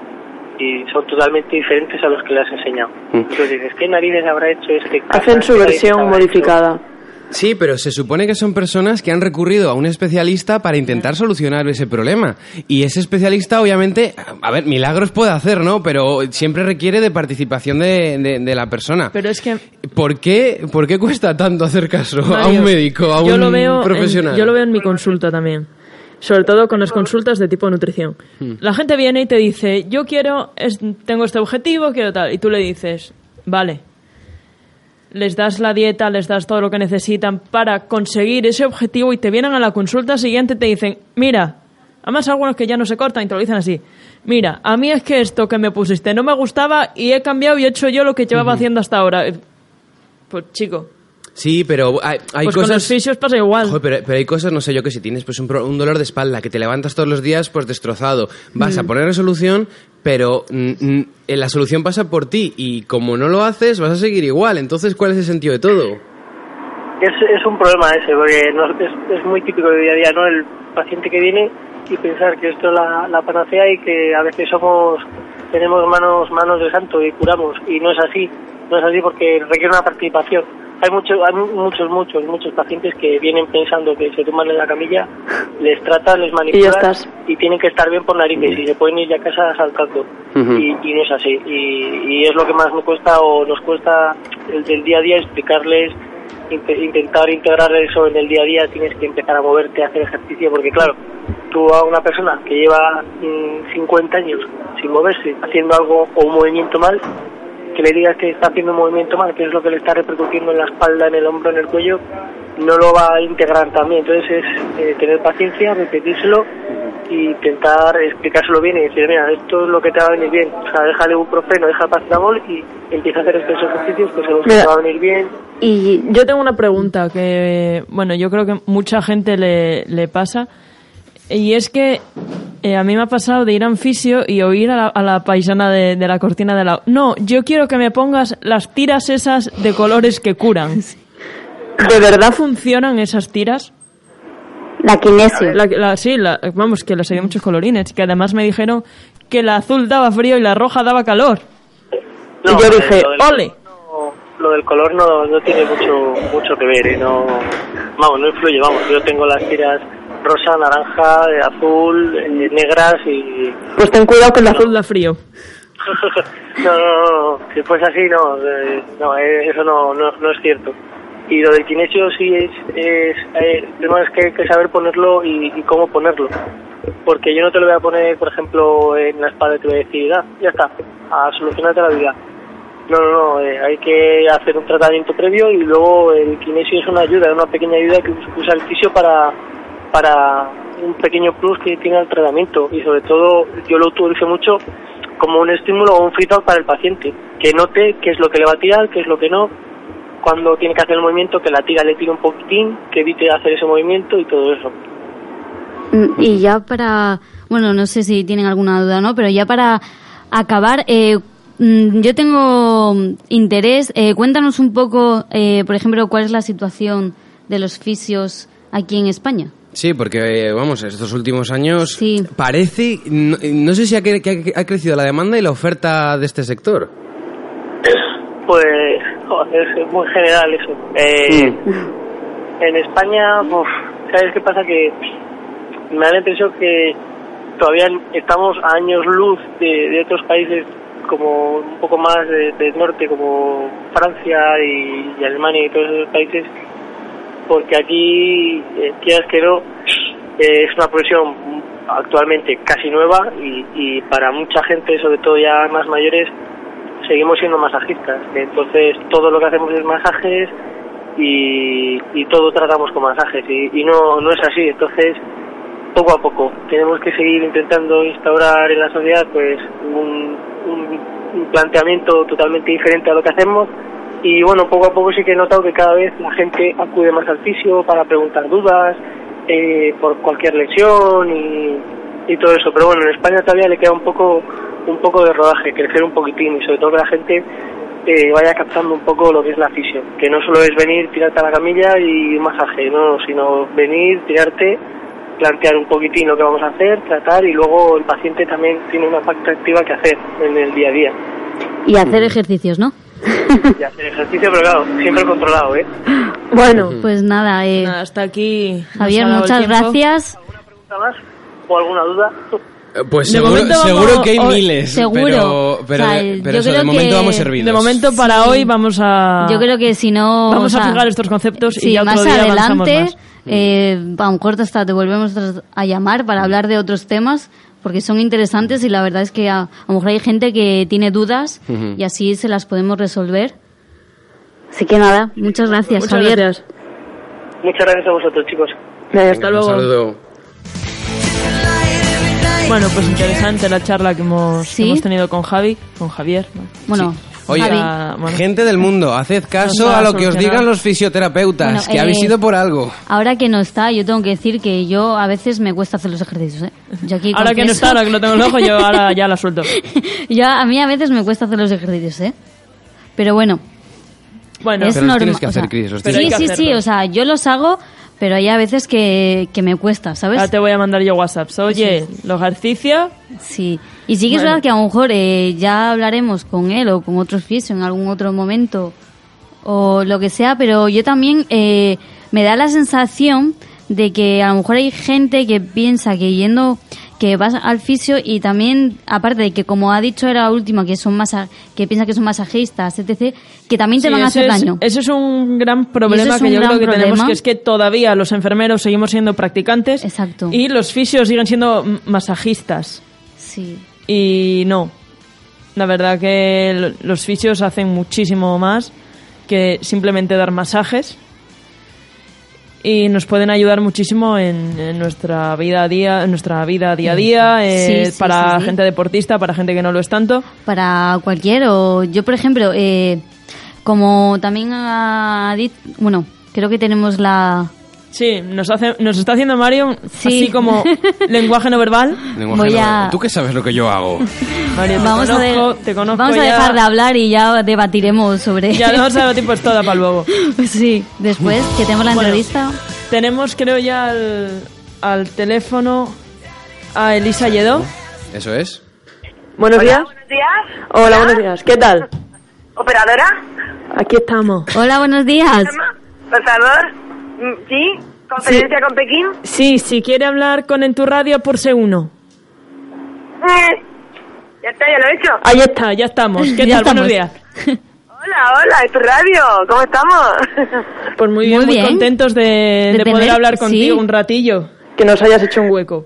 Speaker 7: y son totalmente diferentes a los que le has enseñado. Entonces dices, ¿qué narices habrá hecho este?
Speaker 3: Hacen su
Speaker 7: ¿Qué narices
Speaker 3: versión
Speaker 7: habrá hecho?
Speaker 3: modificada.
Speaker 1: Sí, pero se supone que son personas que han recurrido a un especialista para intentar solucionar ese problema. Y ese especialista, obviamente, a ver, milagros puede hacer, ¿no? Pero siempre requiere de participación de, de- de la persona.
Speaker 3: Pero es que
Speaker 1: ¿Por qué, ¿Por qué cuesta tanto hacer caso a
Speaker 3: Mario,
Speaker 1: un médico, a un
Speaker 3: yo lo veo en-
Speaker 1: profesional?
Speaker 3: yo lo veo en mi consulta también. Sobre todo con las consultas de tipo nutrición.
Speaker 1: Hmm.
Speaker 3: La gente viene y te dice, yo quiero, es- tengo este objetivo, quiero tal. Y tú le dices, vale. Les das la dieta, les das todo lo que necesitan para conseguir ese objetivo y te vienen a la consulta siguiente y te dicen, mira, además algunos que ya no se cortan y te lo dicen así, mira, a mí es que esto que me pusiste no me gustaba y he cambiado y he hecho yo lo que llevaba haciendo hasta ahora. Eh, Pues chico,
Speaker 1: Sí, pero hay, hay
Speaker 3: pues con los
Speaker 1: cosas...
Speaker 3: fisios pasa igual.
Speaker 1: Joder, pero, pero hay cosas, no sé yo, que si tienes pues un, pro- un dolor de espalda, que te levantas todos los días pues destrozado, vas a
Speaker 3: Mm.
Speaker 1: poner resolución, pero mm, mm, eh, la solución pasa por ti y como no lo haces vas a seguir igual, entonces ¿cuál es el sentido de todo?
Speaker 7: Es, es un problema ese, porque no- es, es muy típico de día a día, ¿no? El paciente que viene y pensar que esto es la, la panacea y que a veces somos tenemos manos manos de santo y curamos y no es así no es así porque requiere una participación hay muchos hay muchos muchos muchos pacientes que vienen pensando que se toman en la camilla les tratan les manipulan
Speaker 3: estás.
Speaker 7: y tienen que estar bien por narices y se pueden ir ya a casa saltando
Speaker 1: Ujú.
Speaker 7: y, y no es así y, y es lo que más me cuesta o nos cuesta el del día a día explicarles inte- intentar integrar eso en el día a día tienes que empezar a moverte a hacer ejercicio porque claro tú a una persona que lleva mm, 50 años sin moverse haciendo algo o un movimiento mal que le digas que está haciendo un movimiento mal, que es lo que le está repercutiendo en la espalda, en el hombro, en el cuello, no lo va a integrar también. Entonces es eh, tener paciencia, repetírselo y intentar explicárselo bien y decir, mira, esto es lo que te va a venir bien. O sea, déjale un profeno, deja paracetamol y empieza a hacer estos ejercicios pues que según
Speaker 3: Mira.
Speaker 7: te va a venir bien.
Speaker 4: Y
Speaker 3: Yo tengo una pregunta que, bueno, yo creo que mucha gente le, le pasa. Y es que eh, a mí me ha pasado de ir a un fisio y oír a la, a la paisana de, de la cortina de la... No, yo quiero que me pongas las tiras esas de colores que curan. ¿De verdad funcionan esas tiras?
Speaker 9: La kinesia.
Speaker 3: La- la- sí, la- vamos, que les había muchos colorines. Que además me dijeron que la azul daba frío y la roja daba calor. Y yo
Speaker 7: eh,
Speaker 3: dije,
Speaker 7: lo del-
Speaker 3: ole.
Speaker 7: Lo del color no, no tiene mucho mucho que ver, ¿eh? no, vamos, no influye, vamos, yo tengo las tiras rosa, naranja, eh, azul, eh, negras y
Speaker 3: Pues ten cuidado que la azul da frío.
Speaker 7: [LAUGHS] no, no, no, si fuese así, no, eh, no eh, eso no, no, no es cierto. Y lo del kinesio sí es, es eh, primero es que hay que saber ponerlo y, y cómo ponerlo. Porque yo no te lo voy a poner, por ejemplo, en la espalda y te voy a decir, ah, ya está, a solucionarte la vida. No, no, no, eh, hay que hacer un tratamiento previo y luego el kinesio es una ayuda, es una pequeña ayuda que us- usa el fisio para, para un pequeño plus que tiene el tratamiento y sobre todo yo lo utilizo mucho como un estímulo o un feedback para el paciente, que note qué es lo que le va a tirar, qué es lo que no, cuando tiene que hacer el movimiento, que la tira le tire un poquitín, que evite hacer ese movimiento y todo eso.
Speaker 4: Mm, Y ya para, bueno, no sé si tienen alguna duda o no, pero ya para acabar, eh, mm, yo tengo mm, interés, eh, cuéntanos un poco, eh, por ejemplo, cuál es la situación de los fisios aquí en España.
Speaker 1: Sí, porque eh, vamos, estos últimos años parece, no, no sé si ha, cre- que ha- ha crecido la demanda y la oferta de este sector.
Speaker 7: Pues joder, es muy general eso. Eh, En España, uf, ¿sabes qué pasa? Que me da la impresión que todavía estamos a años luz de, de otros países como un poco más de- del norte, como Francia y, y Alemania y todos esos países, porque aquí, eh, quieras que no, eh, es una profesión actualmente casi nueva y, y para mucha gente, sobre todo ya más mayores, seguimos siendo masajistas. Entonces, todo lo que hacemos es masajes y, y todo tratamos con masajes. Y, y no, no es así. Entonces, poco a poco, tenemos que seguir intentando instaurar en la sociedad pues un, un- un planteamiento totalmente diferente a lo que hacemos. Y bueno, poco a poco sí que he notado que cada vez la gente acude más al fisio para preguntar dudas eh, por cualquier lesión y, y todo eso. Pero bueno, en España todavía le queda un poco un poco de rodaje, crecer un poquitín y sobre todo que la gente eh, vaya captando un poco lo que es la fisio, que no solo es venir, tirarte a la camilla y un masaje, no, sino venir, tirarte, plantear un poquitín lo que vamos a hacer, tratar y luego el paciente también tiene una parte activa que hacer en el día a día.
Speaker 4: Y hacer ejercicios, ¿no?
Speaker 7: Y hacer ejercicio, pero claro, siempre controlado, ¿eh?
Speaker 3: Bueno,
Speaker 4: Pues nada, eh,
Speaker 3: hasta aquí. nos
Speaker 4: Javier,
Speaker 3: ha dado el
Speaker 4: muchas
Speaker 3: tiempo.
Speaker 4: gracias.
Speaker 7: ¿Nada más? ¿O alguna duda?
Speaker 1: Pues
Speaker 3: De
Speaker 1: seguro,
Speaker 3: momento vamos-
Speaker 1: seguro que hay
Speaker 3: hoy-
Speaker 1: miles,
Speaker 4: seguro.
Speaker 1: pero, pero,
Speaker 4: O sea,
Speaker 1: de- pero
Speaker 4: yo
Speaker 1: eso, de
Speaker 4: creo
Speaker 1: momento
Speaker 4: que-
Speaker 1: vamos servidos.
Speaker 3: De momento para hoy vamos a...
Speaker 4: Yo creo que si no...
Speaker 3: Ah. Vamos
Speaker 4: o
Speaker 3: a
Speaker 4: sea,
Speaker 3: fijar estos conceptos y
Speaker 4: Sí,
Speaker 3: ya otro
Speaker 4: más
Speaker 3: día avanzamos
Speaker 4: adelante,
Speaker 3: más.
Speaker 4: eh, a un corto hasta te volvemos tras- a llamar para hablar de otros temas, porque son interesantes y la verdad es que a, a lo mejor hay gente que tiene dudas
Speaker 9: Ujú.
Speaker 4: y así se las podemos resolver.
Speaker 9: Así que nada,
Speaker 4: muchas gracias,
Speaker 9: Muchas
Speaker 4: Javier.
Speaker 9: gracias.
Speaker 7: Muchas gracias a vosotros, chicos.
Speaker 3: hasta luego. Bueno, pues interesante la charla que hemos, que hemos tenido con Javi, con Javier. ¿no?
Speaker 4: Bueno,
Speaker 1: Oye,
Speaker 3: Javi. bueno.
Speaker 1: gente del mundo, haced caso
Speaker 3: Nos va
Speaker 1: a
Speaker 3: a
Speaker 1: lo que os
Speaker 3: solucionar.
Speaker 1: digan los fisioterapeutas,
Speaker 4: Bueno,
Speaker 1: que
Speaker 4: eh,
Speaker 1: habéis ido por algo.
Speaker 4: Ahora que no está, yo tengo que decir que yo a veces me cuesta hacer los ejercicios. ¿eh? Yo aquí
Speaker 3: Ahora que no
Speaker 4: confieso-
Speaker 3: está, ahora que lo tengo en el ojo,
Speaker 4: [LAUGHS]
Speaker 3: yo ahora ya la suelto.
Speaker 4: yo, a mí a veces me cuesta hacer los ejercicios, ¿eh? Pero bueno,
Speaker 3: Bueno,
Speaker 4: es
Speaker 1: Pero los
Speaker 4: normal.
Speaker 1: tienes que
Speaker 4: o
Speaker 1: hacer,
Speaker 4: sea,
Speaker 1: Cris, los
Speaker 4: sí,
Speaker 1: tienes que
Speaker 4: sí,
Speaker 1: hacer.
Speaker 4: sí, o sea, yo los hago, pero hay a veces
Speaker 3: Ah,
Speaker 4: que, que me cuesta, ¿sabes?
Speaker 3: ahora te voy a mandar yo WhatsApp. Oye, ¿lo ejercicia?
Speaker 4: Sí. Y sí que es verdad que a lo mejor eh, ya hablaremos con él o con otros fisio en algún otro momento o lo que sea, pero yo también eh, me da la sensación de que a lo mejor hay gente que piensa que yendo que vas al fisio y también aparte de que como ha dicho era la última que son masa, que piensa que son masajistas etc que también te
Speaker 3: Sí,
Speaker 4: van a
Speaker 3: ese
Speaker 4: hacer
Speaker 3: es- eh.
Speaker 4: daño
Speaker 3: Ese es un gran
Speaker 4: Ese
Speaker 3: problema
Speaker 4: es
Speaker 3: que
Speaker 4: un
Speaker 3: yo
Speaker 4: gran
Speaker 3: creo que tenemos,
Speaker 4: problema.
Speaker 3: que es que todavía los enfermeros seguimos siendo practicantes
Speaker 4: Exacto.
Speaker 3: y los fisios siguen siendo mm, masajistas.
Speaker 4: sí
Speaker 3: Y no, la verdad que lo- los fisios hacen muchísimo más que simplemente dar masajes y nos pueden ayudar muchísimo en, en nuestra vida a día, en nuestra vida día a día, eh,
Speaker 4: Sí, sí,
Speaker 3: para
Speaker 4: sí, sí.
Speaker 3: gente deportista, para gente que no lo es tanto.
Speaker 4: para cualquier o yo por ejemplo eh, como también ha dit- bueno creo que tenemos la
Speaker 3: Sí, nos, hace, nos está haciendo Mario
Speaker 4: Sí.
Speaker 3: así
Speaker 4: [LAUGHS]
Speaker 3: como lenguaje no verbal.
Speaker 1: Lenguaje
Speaker 4: Voy
Speaker 1: no-
Speaker 4: a-
Speaker 1: ¿Tú qué sabes lo que yo hago?
Speaker 3: Mario, te
Speaker 4: vamos a de-
Speaker 3: conozco, te conozco
Speaker 4: vamos a
Speaker 3: ya.
Speaker 4: dejar de hablar y ya debatiremos sobre
Speaker 3: Ya no sabemos tipo es toda para el bobo.
Speaker 4: [LAUGHS] sí después que tenemos la
Speaker 3: Bueno.
Speaker 4: entrevista
Speaker 3: Tenemos creo ya al, al teléfono a Elisa Lledó.
Speaker 1: Eso es.
Speaker 10: Buenos días.
Speaker 7: Buenos días,
Speaker 10: Hola, buenos días. ¿Qué tal?
Speaker 7: operadora.
Speaker 10: Aquí estamos.
Speaker 4: Hola, buenos días.
Speaker 7: Por favor. Mm, Sí, conferencia con Pekín.
Speaker 3: Sí, si quiere hablar con En tu radio por uno.
Speaker 7: Eh, Ya está, ya lo he hecho.
Speaker 3: Ahí está, ya [LAUGHS] estamos. Pues, ¿Qué
Speaker 7: Ya
Speaker 3: tal? Buenos
Speaker 7: estamos.
Speaker 3: días.
Speaker 7: Hola, hola, es tu radio. ¿Cómo estamos? [LAUGHS]
Speaker 3: Pues muy bien, muy, contentos de, de poder
Speaker 7: tener-
Speaker 3: hablar contigo
Speaker 7: sí.
Speaker 3: un ratillo. Que nos hayas hecho un hueco.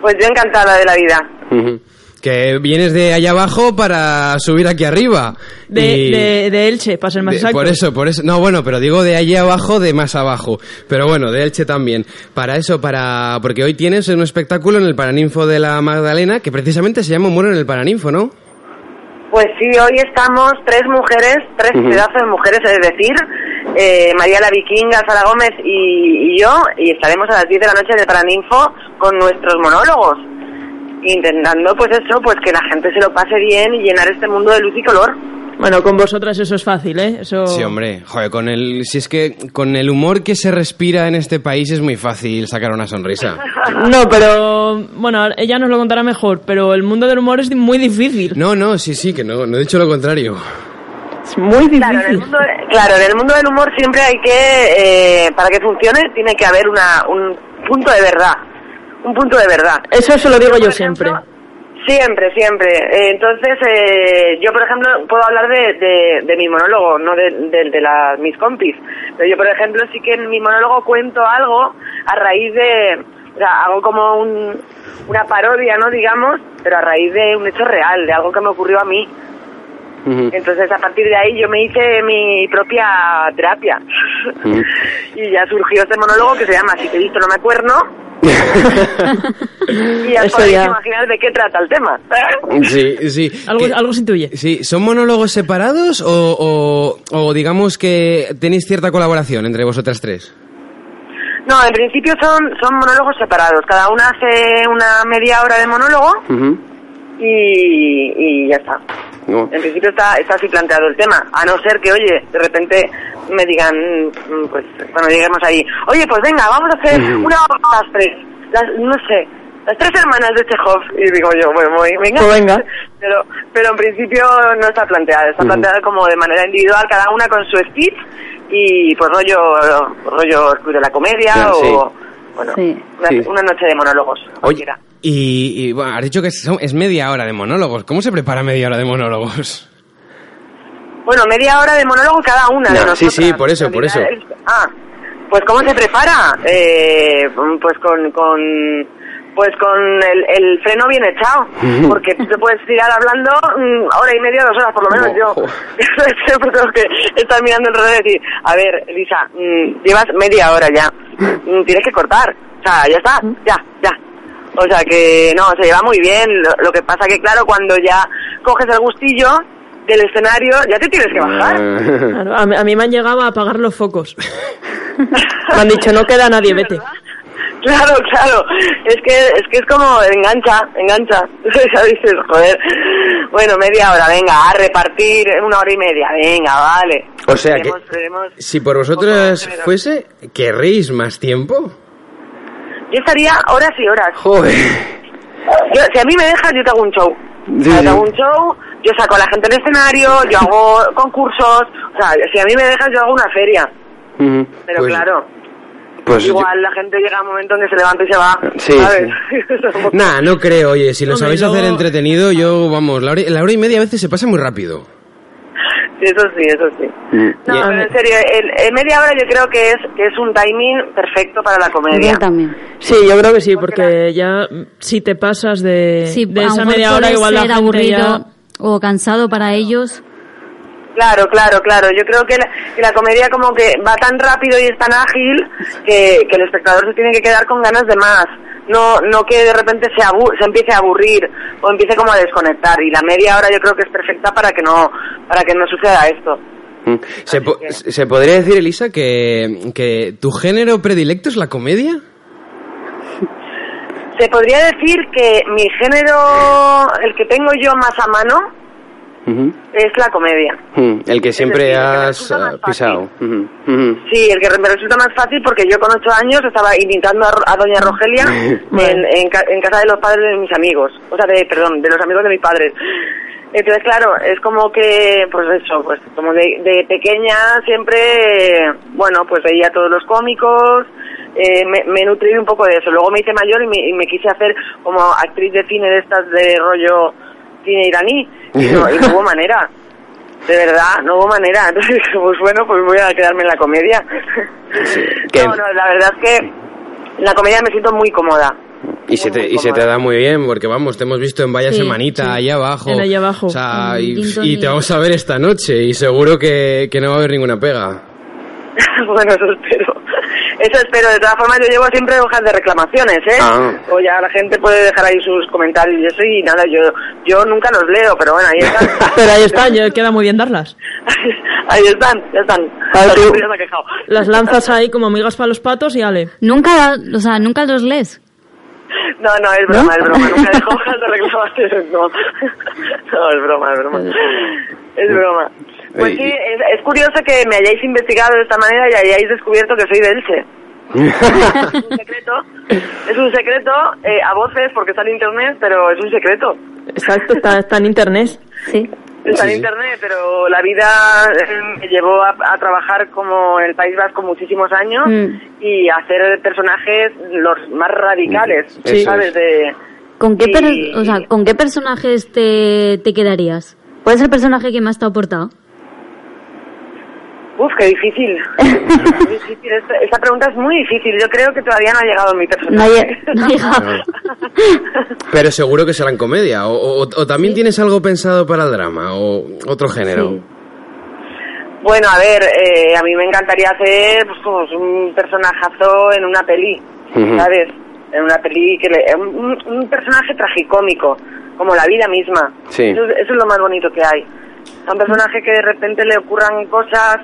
Speaker 7: Pues yo encantada de la vida.
Speaker 1: Que vienes de allá abajo para subir aquí arriba.
Speaker 3: De,
Speaker 1: Y-
Speaker 3: de, de Elche, para ser más
Speaker 1: de-
Speaker 3: exacto.
Speaker 1: por eso, por eso. No, bueno, pero digo de allí abajo, de más abajo. Pero bueno, de Elche también. Para eso, para. Porque hoy tienes un espectáculo en el Paraninfo de la Magdalena que precisamente se llama Muro en el Paraninfo, ¿no?
Speaker 7: Pues sí, hoy estamos tres mujeres, tres
Speaker 1: Ujú.
Speaker 7: pedazos de mujeres, es decir, eh, María la Vikinga, Sara Gómez y, y yo, y estaremos a las 10 de la noche de Paraninfo con nuestros monólogos, intentando pues eso, pues que la gente se lo pase bien y llenar este mundo de luz y color.
Speaker 3: Bueno, con vosotras eso es fácil, ¿eh? Eso...
Speaker 1: Sí, hombre. Joder, con el. Si es que con el humor que se respira en este país es muy fácil sacar una sonrisa.
Speaker 3: No, pero bueno, ahora ella nos lo contará mejor, pero el mundo del humor es muy difícil.
Speaker 1: [LAUGHS] No, no, sí, sí, que no, no he dicho lo contrario.
Speaker 3: Es muy difícil.
Speaker 7: Claro, en el mundo, claro, en el mundo del humor siempre hay que, eh, para que funcione, tiene que haber una, un punto de verdad, un punto de verdad.
Speaker 3: Eso se lo digo yo siempre.
Speaker 7: Siempre, siempre. Eh, entonces, eh, yo, por ejemplo, puedo hablar de, de, de mi monólogo, no de, de, de la- mis compis. Pero yo, por ejemplo, sí que en mi monólogo cuento algo a raíz de... O sea, hago como un- una parodia, ¿no? Digamos, pero a raíz de un hecho real, de algo que me ocurrió a mí. Entonces, a partir de ahí, yo me hice mi propia terapia. [LAUGHS] y ya surgió este monólogo que se llama Si te he visto no me acuerdo. y ya
Speaker 1: Eso
Speaker 7: podéis
Speaker 1: ya.
Speaker 7: imaginar de qué trata el tema. [LAUGHS]
Speaker 1: Sí, sí. Eh,
Speaker 3: Algo, algo se intuye.
Speaker 1: Sí, ¿son monólogos separados o, o- o digamos que tenéis cierta colaboración entre vosotras tres?
Speaker 7: No, en principio son, son monólogos separados. Cada una hace una media hora de monólogo y, y ya está. En principio está, está así planteado el tema. A no ser que, oye, de repente me digan, mm, pues cuando lleguemos ahí, oye, pues venga, vamos a hacer
Speaker 11: Ujú.
Speaker 7: una obra de las tres. Las, no sé, las tres hermanas de Chekhov. Y digo yo, bueno, voy, venga.
Speaker 11: Pues venga.
Speaker 7: Pero, pero en principio no está planteado. Está
Speaker 11: Ujú.
Speaker 7: planteado como de manera individual, cada una con su speech y pues rollo, rollo Club de la Comedia
Speaker 1: Claro,
Speaker 7: o...
Speaker 1: sí.
Speaker 7: Bueno,
Speaker 1: Sí.
Speaker 7: una,
Speaker 1: Sí.
Speaker 7: una noche de monólogos. cualquiera.
Speaker 1: Y, y, bueno, has dicho que son- es media hora de monólogos. ¿Cómo se prepara media hora de monólogos?
Speaker 7: Bueno, media hora de monólogo cada una de
Speaker 1: No, sí,
Speaker 7: nosotras.
Speaker 1: sí, por eso, por eso.
Speaker 7: Ah, pues ¿cómo se prepara? Eh, pues con, con pues con el, el freno bien echado,
Speaker 11: Ujú.
Speaker 7: porque tú te puedes tirar hablando mm, hora y media, dos horas por lo menos [LAUGHS] yo. Siempre tengo que estar mirando el reloj y decir, a ver, Elisa, mm, llevas media hora ya, Mm, tienes que cortar, o sea, ya está, ya, ya. O sea que no, se lleva muy bien, lo, lo que pasa que claro, cuando ya coges el gustillo del escenario, ya te tienes que bajar.
Speaker 3: Claro, a, mí- a mí me han llegado a apagar los focos. me han dicho, no queda
Speaker 7: [LAUGHS]
Speaker 3: nadie, vete.
Speaker 7: Claro, claro. Es que es que es como engancha, engancha. [LAUGHS] ya dices, joder. Bueno, media hora, venga, a repartir una hora y media, venga, vale.
Speaker 1: O sea que
Speaker 7: Veremos, veremos.
Speaker 1: si por vosotras fuese, ¿querréis más tiempo?
Speaker 7: Yo estaría horas y horas.
Speaker 1: Joder.
Speaker 7: Yo, si a mí me dejas, yo te hago un show.
Speaker 12: Sí,
Speaker 7: O sea,
Speaker 12: sí.
Speaker 7: te hago un show, yo saco a la gente del escenario, yo hago concursos. O sea, si a mí me dejas, yo hago una feria.
Speaker 12: Ujú.
Speaker 7: Pero
Speaker 12: Pues-
Speaker 7: claro,
Speaker 12: pues yo-
Speaker 7: igual la gente llega a un momento en que se levanta y se va.
Speaker 12: Sí,
Speaker 7: ¿sabes? [LAUGHS]
Speaker 1: Nah, no creo, oye, si lo
Speaker 7: Hombre,
Speaker 1: sabéis
Speaker 7: luego-
Speaker 1: hacer entretenido, yo, vamos, la hora, la hora y media a veces se pasa muy rápido.
Speaker 7: eso sí, eso sí. No, pero en serio, el, el media hora yo creo que es, que es un timing perfecto para la comedia.
Speaker 13: también.
Speaker 3: Sí, yo creo que sí, porque ya mm, si te pasas de,
Speaker 4: Sí,
Speaker 3: Eh, de
Speaker 4: a lo
Speaker 3: esa
Speaker 4: mejor
Speaker 3: media hora
Speaker 4: puede
Speaker 3: igual la
Speaker 4: ser
Speaker 3: gente
Speaker 4: aburrido
Speaker 3: ya-
Speaker 4: o cansado para ellos.
Speaker 7: Claro, claro, claro. Yo creo que la, que la comedia como que va tan rápido y es tan ágil que, que el espectador se tiene que quedar con ganas de más. No, no que de repente se, abu- se empiece a aburrir o empiece como a desconectar. Y la media hora yo creo que es perfecta para que no, para que no suceda esto.
Speaker 1: Mm. ¿Se, po- se podría decir, Elisa, que, que tu género predilecto es la comedia?
Speaker 7: Se podría decir que mi género, el que tengo yo más a mano,
Speaker 12: Ujú.
Speaker 7: es la comedia.
Speaker 12: Mm, El que siempre has ah, pisado. Ujú, ujú.
Speaker 7: Sí, el que me resulta más fácil porque yo con ocho años estaba imitando a, Ro- a Doña Rogelia en, en ca- en casa de los padres de mis amigos, o sea, de, perdón, de los amigos de mis padres. Entonces, claro, es como que, pues eso, pues como de, de pequeña siempre, bueno, pues veía a todos los cómicos, eh, me, me nutrí un poco de eso. Luego me hice mayor y me, y me quise hacer como actriz de cine de estas de rollo cine iraní, y no- y no hubo manera. De verdad, no hubo manera. [LAUGHS] Entonces, dije, pues bueno, pues voy a quedarme en la comedia. [LAUGHS]
Speaker 12: que-
Speaker 7: No, no, la verdad es que en la comedia me siento muy cómoda. [LAUGHS]
Speaker 1: Y se, te, y se te da muy bien, porque vamos, te hemos visto en Vaya
Speaker 7: Sí,
Speaker 1: Semanita,
Speaker 7: sí.
Speaker 1: allá abajo.
Speaker 7: En Allá Abajo.
Speaker 1: O sea, y,
Speaker 7: En Gin
Speaker 1: y te
Speaker 7: Tonic.
Speaker 1: vamos a ver esta noche, y seguro que, que no va a haber ninguna pega.
Speaker 7: bueno, eso espero. Eso espero. De todas formas, yo llevo siempre hojas de reclamaciones, ¿eh?
Speaker 1: Ah.
Speaker 7: O ya la gente puede dejar ahí sus comentarios y eso, y nada, yo, yo nunca los leo, pero bueno, ahí están.
Speaker 3: [LAUGHS] [LAUGHS] Pero ahí están, ya queda muy bien darlas.
Speaker 7: [LAUGHS] ahí están, ya están.
Speaker 3: A ver,
Speaker 7: La
Speaker 3: tú-
Speaker 7: gente ya se ha quejado.
Speaker 3: Las lanzas ahí como migas para los patos y ale.
Speaker 4: Nunca, o sea, nunca los lees.
Speaker 7: No, no, es broma, es broma. Nunca
Speaker 4: [LAUGHS]
Speaker 7: dejo hojas de reclamaciones, no. [LAUGHS] No, es broma, es broma. Es broma. Pues
Speaker 4: Eh,
Speaker 7: sí, es, es curioso que me hayáis investigado de esta manera y hayáis descubierto que soy de
Speaker 4: [LAUGHS]
Speaker 7: Elche. es un secreto, es un secreto eh, a voces porque está en internet, pero es un secreto.
Speaker 3: Exacto, está, está en internet.
Speaker 4: Sí.
Speaker 7: Está en internet, pero la vida eh, me llevó a, a trabajar como en el País Vasco muchísimos años
Speaker 4: Mm.
Speaker 7: y a hacer personajes los más radicales,
Speaker 4: Sí.
Speaker 7: ¿sabes? De,
Speaker 4: ¿Con qué, per-
Speaker 7: Sí.
Speaker 4: o sea, ¿con qué personajes te, te quedarías? ¿Cuál es el personaje que más te ha aportado?
Speaker 7: Uf, qué difícil. Qué difícil. Esta, esta pregunta es muy difícil. Yo creo que todavía no ha llegado mi
Speaker 4: No
Speaker 7: personaje.
Speaker 4: [LAUGHS] hay, no hay-
Speaker 1: Pero seguro que serán comedia. O, o- o también tienes algo pensado para el drama, o otro género.
Speaker 7: Bueno, a ver, eh, a mí me encantaría hacer pues, como un personajazo en una peli,
Speaker 1: Ujú.
Speaker 7: ¿sabes? En una peli que le- un, un- un personaje tragicómico, como la vida misma.
Speaker 12: Sí.
Speaker 7: Eso, es- eso es lo más bonito que hay. A un personaje que de repente le ocurran cosas,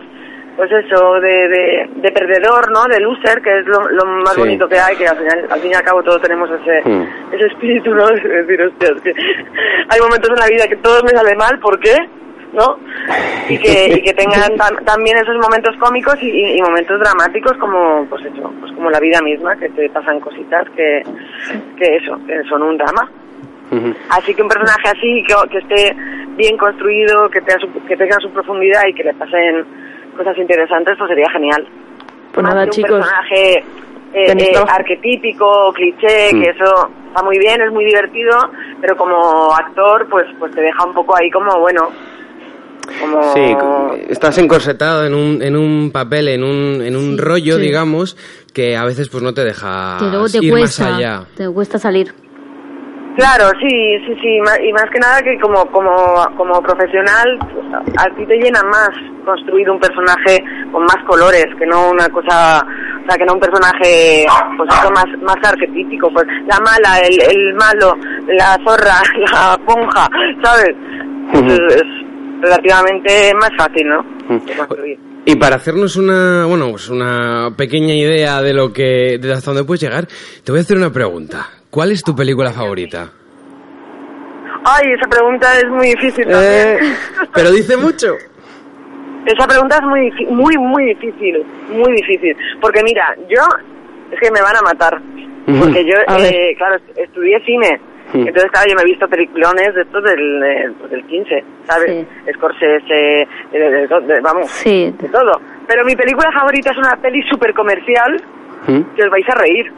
Speaker 7: pues eso, de, de, de perdedor, ¿no? De loser, que es lo, lo más
Speaker 12: Sí.
Speaker 7: bonito que hay, que al, final, al fin y al cabo todos tenemos ese,
Speaker 12: Mm.
Speaker 7: ese espíritu, ¿no? De decir, hostias, que hay momentos en la vida que todo me sale mal, ¿por qué? ¿No? Y que, y que tengan tam- también esos momentos cómicos y, y- y momentos dramáticos como, pues eso, pues como la vida misma, que te pasan cositas que, que eso, que son un drama.
Speaker 12: Ujú.
Speaker 7: Así que un personaje así, que, que esté bien construido, que tenga, su, que tenga su profundidad y que le pasen cosas interesantes, pues sería genial.
Speaker 3: Pues
Speaker 7: Más
Speaker 3: nada,
Speaker 7: que un
Speaker 3: chicos.
Speaker 7: personaje eh,
Speaker 3: Tenéis
Speaker 7: eh,
Speaker 3: trabajo.
Speaker 7: arquetípico, cliché,
Speaker 3: Mm.
Speaker 7: que eso está muy bien, es muy divertido, pero como actor, pues, pues te deja un poco ahí como, bueno, como...
Speaker 1: Sí, co- estás encorsetado en un, en un papel, en un, en un
Speaker 4: Sí,
Speaker 1: rollo,
Speaker 4: sí.
Speaker 1: digamos, que a veces pues no te deja
Speaker 4: que luego te
Speaker 1: Ah, ir más
Speaker 4: cuesta,
Speaker 1: allá.
Speaker 4: te cuesta salir.
Speaker 7: Claro, sí, sí, sí, ma- y más que nada que como como como profesional pues, a a ti te llena más construir un personaje con más colores, que no una cosa, o sea, que no un personaje pues eso, más más arquetípico, pues la mala, el, el malo, la zorra, [LAUGHS] la ponja, ¿sabes? Entonces, es relativamente más fácil, ¿no? De construir.
Speaker 1: Y para hacernos una, bueno, pues una pequeña idea de lo que, de hasta dónde puedes llegar, te voy a hacer una pregunta. ¿Cuál es tu película favorita?
Speaker 7: Ay, esa pregunta es muy difícil también.
Speaker 1: Eh,
Speaker 14: Eh,
Speaker 1: Pero dice mucho.
Speaker 7: Esa pregunta es muy, difí- muy, muy difícil, muy difícil. Porque mira, yo es que me van a matar. Porque yo,
Speaker 3: A ver.
Speaker 7: eh, claro, est- estudié cine
Speaker 14: Mm.
Speaker 7: Entonces, claro, yo me he visto peliculones de estos del, eh, pues, del 15, ¿sabes? Scorsese, de- de- de- de- vamos,
Speaker 4: Sí.
Speaker 7: de todo. Pero mi película favorita es una peli súper comercial que os vais a reír.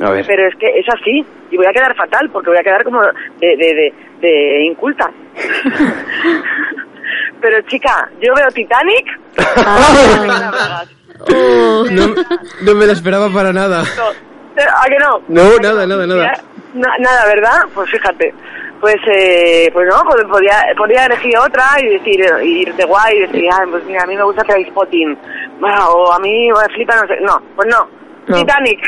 Speaker 14: ¿Mm? A ver.
Speaker 7: Pero es que es así. Y voy a quedar fatal porque voy a quedar como de, de, de,
Speaker 3: [LAUGHS]
Speaker 7: de inculta. Pero chica, yo veo Titanic.
Speaker 1: No, no me la esperaba para nada.
Speaker 7: ¿A que no?
Speaker 1: No, nada, nada, nada.
Speaker 7: Mira, na- nada, ¿verdad? Pues fíjate. Pues, eh, pues no, pues podía, podía elegir otra y decir, y irte guay y decir, ah, pues mira, a mí me gusta Trainspotting. Bueno, o a mí me flipa, no sé. No, pues no.
Speaker 4: No.
Speaker 7: Titanic.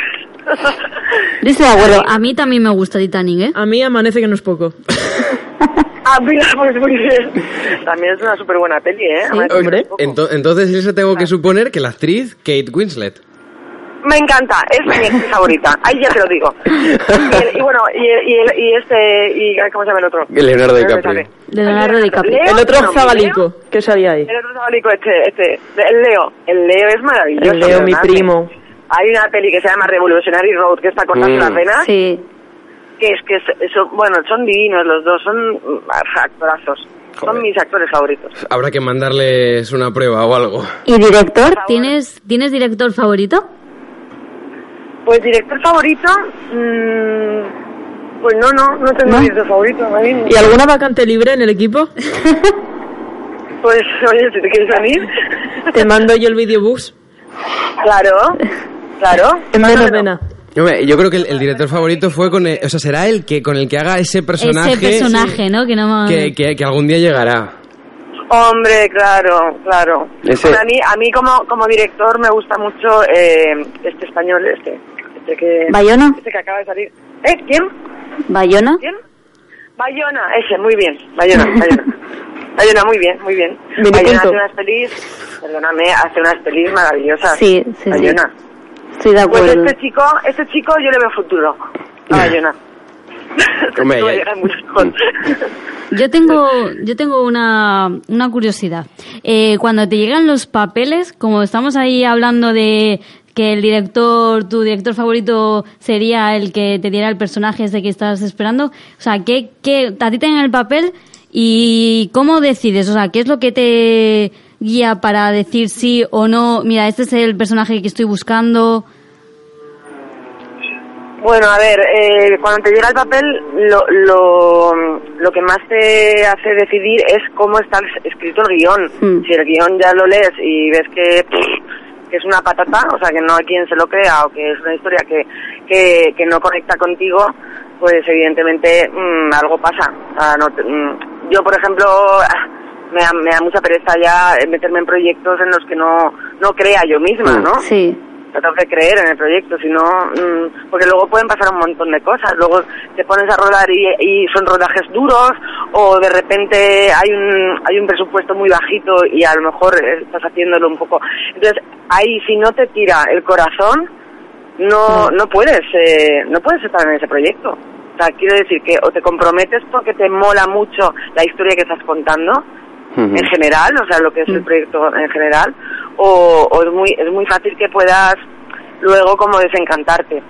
Speaker 4: Dice el abuelo, a mí también me gusta Titanic, ¿eh?
Speaker 3: A mí amanece que no es poco.
Speaker 7: [LAUGHS] ah, mira, pues muy bien. También es una súper buena peli, ¿eh? Además,
Speaker 1: Ento- entonces, Elsa, tengo que suponer que la actriz, Kate Winslet.
Speaker 7: Me encanta, es mi actriz favorita. Ahí ya te lo
Speaker 3: [LAUGHS]
Speaker 7: digo. Y, el- y bueno, y, el- y, el- y este, y, ¿cómo se llama el otro?
Speaker 14: Leonardo
Speaker 7: Creo que
Speaker 14: DiCaprio.
Speaker 7: sale.
Speaker 3: Leonardo
Speaker 7: DiCaprio.
Speaker 3: El otro
Speaker 7: Leo,
Speaker 3: zabalico que salía ahí.
Speaker 7: El otro sabalico, este, este, el Leo. El Leo es maravilloso.
Speaker 3: El Leo, mi
Speaker 7: perdonadme.
Speaker 3: primo.
Speaker 7: Hay una peli que se llama Revolutionary Road que está cortando
Speaker 3: Mm.
Speaker 7: las
Speaker 4: ¿Ah?
Speaker 7: venas. Que es que, es- son- bueno, son divinos los dos, son mm, actorazos. Son mis actores favoritos.
Speaker 1: Habrá que mandarles una prueba o algo.
Speaker 4: ¿Y director? ¿Tienes, ¿Tienes director favorito?
Speaker 7: Pues director favorito, mm, pues no, no, no tengo director favorito. a mí no.
Speaker 3: ¿Y alguna vacante libre en el [LAUGHS] equipo?
Speaker 7: Pues, oye, si te quieres venir.
Speaker 3: Te
Speaker 4: Em-
Speaker 3: mando yo el videobus.
Speaker 7: Claro, claro.
Speaker 4: Em-
Speaker 3: Te mando la pena.
Speaker 1: Hombre, Yo creo que el, el director favorito fue con... el- o sea, será el que con el que haga ese personaje...
Speaker 4: Ese personaje, ¿no? Que no me-
Speaker 1: Que, que- que algún día llegará.
Speaker 7: Hombre, claro, claro.
Speaker 1: Ese-
Speaker 7: Bueno, a mí, a mí como, como director me gusta mucho eh, este español, este. este que,
Speaker 4: ¿Bayona?
Speaker 7: Este que acaba de salir. ¿Eh? ¿Quién?
Speaker 4: ¿Bayona?
Speaker 7: ¿Quién? Bayona, ese, muy bien.
Speaker 4: [LAUGHS]
Speaker 7: Bayona, Bayona. Bayona, muy bien, muy bien.
Speaker 4: Mini
Speaker 7: Bayona
Speaker 4: punto.
Speaker 7: hace unas pelis, perdóname, hace unas pelis maravillosas.
Speaker 4: Sí, sí, sí.
Speaker 7: Bayona.
Speaker 4: Estoy de
Speaker 7: Pues
Speaker 4: acuerdo.
Speaker 7: este chico, este chico yo le veo futuro. A Bayona. Este
Speaker 4: Hombre,
Speaker 7: [LAUGHS] chico
Speaker 4: ya- Mm.
Speaker 7: llega muy lejos.
Speaker 4: Yo tengo, yo tengo una, una curiosidad. Eh, cuando te llegan los papeles, como estamos ahí hablando de que el director, tu director favorito sería el que te diera el personaje ese que estás esperando, o sea, ¿qué, qué, a ti te dan el papel y cómo decides? O sea, ¿qué es lo que te guía para decir sí o no? Mira, este es el personaje que estoy buscando.
Speaker 7: Bueno, a ver, eh, cuando te llega el papel, lo, lo, lo que más te hace decidir es cómo está el- escrito el guión. Si el guión ya lo lees y ves que, pff, que es una patata, o sea, que no hay quien se lo crea o que es una historia que, que, que no conecta contigo, pues evidentemente mm, algo pasa. O sea, no te- mm, yo, por ejemplo, me da, me da mucha pereza ya meterme en proyectos en los que no, no crea yo misma, ¿no?
Speaker 4: Sí.
Speaker 7: tratar de creer en el proyecto, si no, mm, porque luego pueden pasar un montón de cosas, luego te pones a rodar y, y son rodajes duros, o de repente hay un, hay un presupuesto muy bajito y a lo mejor eh, estás haciéndolo un poco. Entonces, ahí si no te tira el corazón, no, no puedes, eh, no puedes estar en ese proyecto. O sea, quiero decir que o te comprometes porque te mola mucho la historia que estás contando, en general, o sea, lo que es el proyecto en general, o, o es, muy, es muy fácil que puedas luego como desencantarte.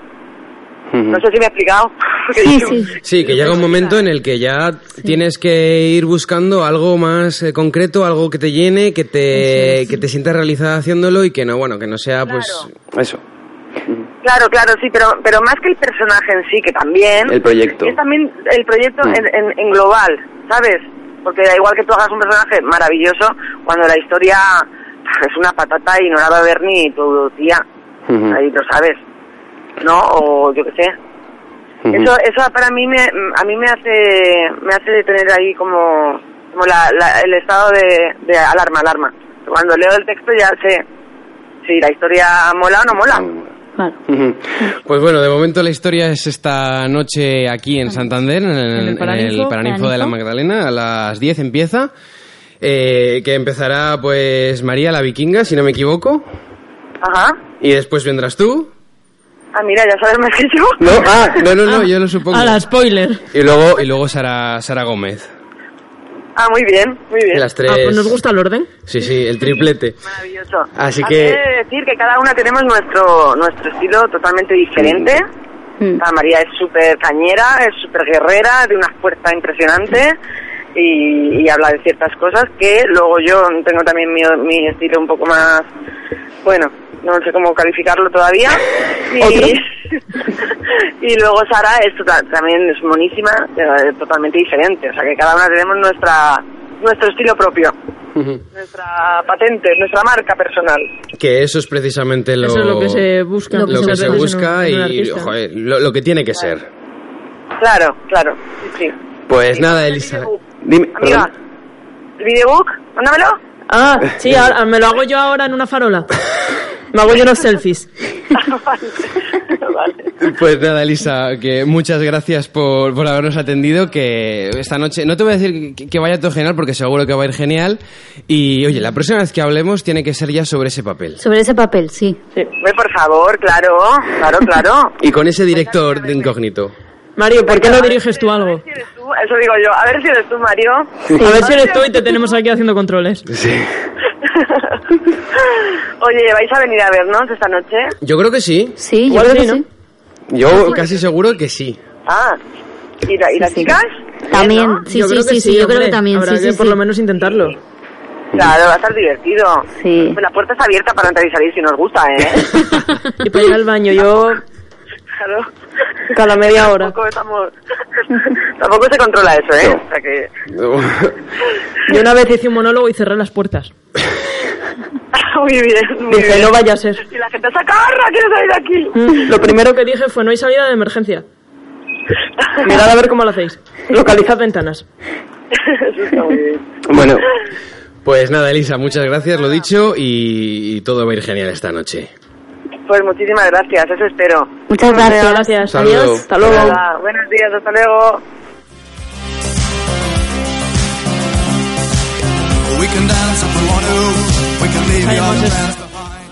Speaker 7: No sé si me he explicado. [LAUGHS] Sí,
Speaker 1: Sí, que llega un momento en el que ya tienes que ir buscando algo más eh, concreto, algo que te llene, que te, que te sientas realizada haciéndolo y que no, bueno, que no sea pues...
Speaker 14: Eso.
Speaker 7: Claro, claro, sí, pero, pero más que el personaje en sí, que también...
Speaker 14: El proyecto.
Speaker 7: Es también el proyecto
Speaker 14: Mm.
Speaker 7: en, en- en global, ¿sabes? Porque da igual que tú hagas un personaje maravilloso cuando la historia [LAUGHS] es una patata y no la va a ver ni tu tía.
Speaker 14: Ujú.
Speaker 7: Ahí lo sabes, ¿no? O yo qué sé.
Speaker 14: Ujú.
Speaker 7: Eso, eso para mí me, a mí me hace, me hace tener ahí como, como la, la- el estado de, de alarma, alarma. Cuando leo el texto ya sé si la historia mola o no mola.
Speaker 14: Mm.
Speaker 1: Pues bueno, de momento la historia es esta noche aquí en Santander, en el, en el
Speaker 14: Paraninfo.
Speaker 1: Paraninfo de la
Speaker 14: Paraninfo.
Speaker 1: Magdalena, a las 10 empieza, eh, que empezará pues María la Vikinga, si no me equivoco,
Speaker 7: Ajá.
Speaker 1: y después vendrás tú.
Speaker 7: Ah, mira, ya sabes más que yo.
Speaker 1: No, ah, no, no, no, yo lo supongo.
Speaker 7: a la
Speaker 3: spoiler.
Speaker 1: Y luego, y luego Sara, Sara Gómez.
Speaker 7: [LAUGHS] Ah, muy bien, muy bien.
Speaker 1: Las tres. Ah, pues nos gusta
Speaker 3: el orden.
Speaker 1: Sí, sí, el triplete.
Speaker 7: Maravilloso.
Speaker 1: Así
Speaker 7: Así
Speaker 1: que-
Speaker 7: que... decir que cada una tenemos nuestro nuestro estilo totalmente diferente. Mm. Ah, María es súper cañera, es súper guerrera, de una fuerza impresionante y, y, habla de ciertas cosas que luego yo tengo también mi, mi estilo un poco más, bueno, no sé cómo calificarlo todavía. Y, [LAUGHS] y luego Sara es total, también es monísima, eh, totalmente diferente, o sea que cada una tenemos nuestra nuestro estilo propio. nuestra patente, nuestra marca personal.
Speaker 1: Que eso es precisamente lo,
Speaker 3: eso es lo que se busca.
Speaker 1: Lo que, lo que se, se, busca en un, en un y joder, lo, lo, que tiene que
Speaker 7: claro.
Speaker 1: ser.
Speaker 7: Claro, claro. Sí, sí.
Speaker 1: Pues sí, nada, Elisa.
Speaker 7: El Dime, Amiga, perdón. ¿el videobook? Mándamelo.
Speaker 3: Ah, sí, ahora, me lo hago yo ahora en una farola. Me hago yo unos selfies.
Speaker 1: Pues nada, Elisa, que muchas gracias por, por, habernos atendido, que esta noche, no te voy a decir que, que, vaya todo genial, porque seguro que va a ir genial, y oye, la próxima vez que hablemos tiene que ser ya sobre ese papel.
Speaker 4: Sobre ese papel, sí.
Speaker 7: sí. por favor, claro, claro, claro.
Speaker 1: Y con ese director de incógnito.
Speaker 3: Mario, [LAUGHS] ¿por qué no diriges tú algo?
Speaker 7: Si tú. Eso digo yo. A ver si eres tú, [LAUGHS] Mario.
Speaker 3: Sí. A ver si eres tú y te tenemos aquí haciendo controles.
Speaker 1: Sí.
Speaker 7: Oye, ¿vais a venir a vernos esta noche?
Speaker 1: Yo creo que sí.
Speaker 4: Sí, yo creo que sí.
Speaker 1: ¿no? Yo casi seguro que sí. [LAUGHS]
Speaker 7: Ah, ¿y, la, y las sí, chicas?
Speaker 4: También, ¿no? sí,
Speaker 3: yo creo
Speaker 4: sí, sí, yo creo que también.
Speaker 3: Habrá
Speaker 4: sí,
Speaker 3: que por lo menos intentarlo.
Speaker 7: Claro, va a estar divertido.
Speaker 4: Sí.
Speaker 7: La puerta está abierta para entrar y salir si nos gusta, ¿eh?
Speaker 3: [LAUGHS] y para ir al baño, yo...
Speaker 7: Claro.
Speaker 3: Cada media hora.
Speaker 7: Tampoco, estamos... [LAUGHS] Tampoco se controla eso, ¿eh? No. O sea que... [LAUGHS]
Speaker 3: No. Yo una vez hice un monólogo y cerré las puertas.
Speaker 7: muy bien, muy
Speaker 3: Dije,
Speaker 7: bien.
Speaker 3: no vaya a ser.
Speaker 7: Y la gente sacarra, quiero salir de
Speaker 3: aquí. Mm, lo primero que dije fue, no hay salida de emergencia.
Speaker 7: [LAUGHS]
Speaker 3: Mirad a ver cómo lo hacéis. Localizad ventanas.
Speaker 7: Eso está muy bien.
Speaker 1: Bueno, pues nada, Elisa, muchas gracias, lo dicho, y, y todo va a ir genial esta noche.
Speaker 7: Pues muchísimas gracias, eso espero.
Speaker 4: Muchas gracias.
Speaker 3: gracias.
Speaker 1: Saludo.
Speaker 3: Adiós. Hasta luego.
Speaker 7: Hola. Buenos días, hasta luego.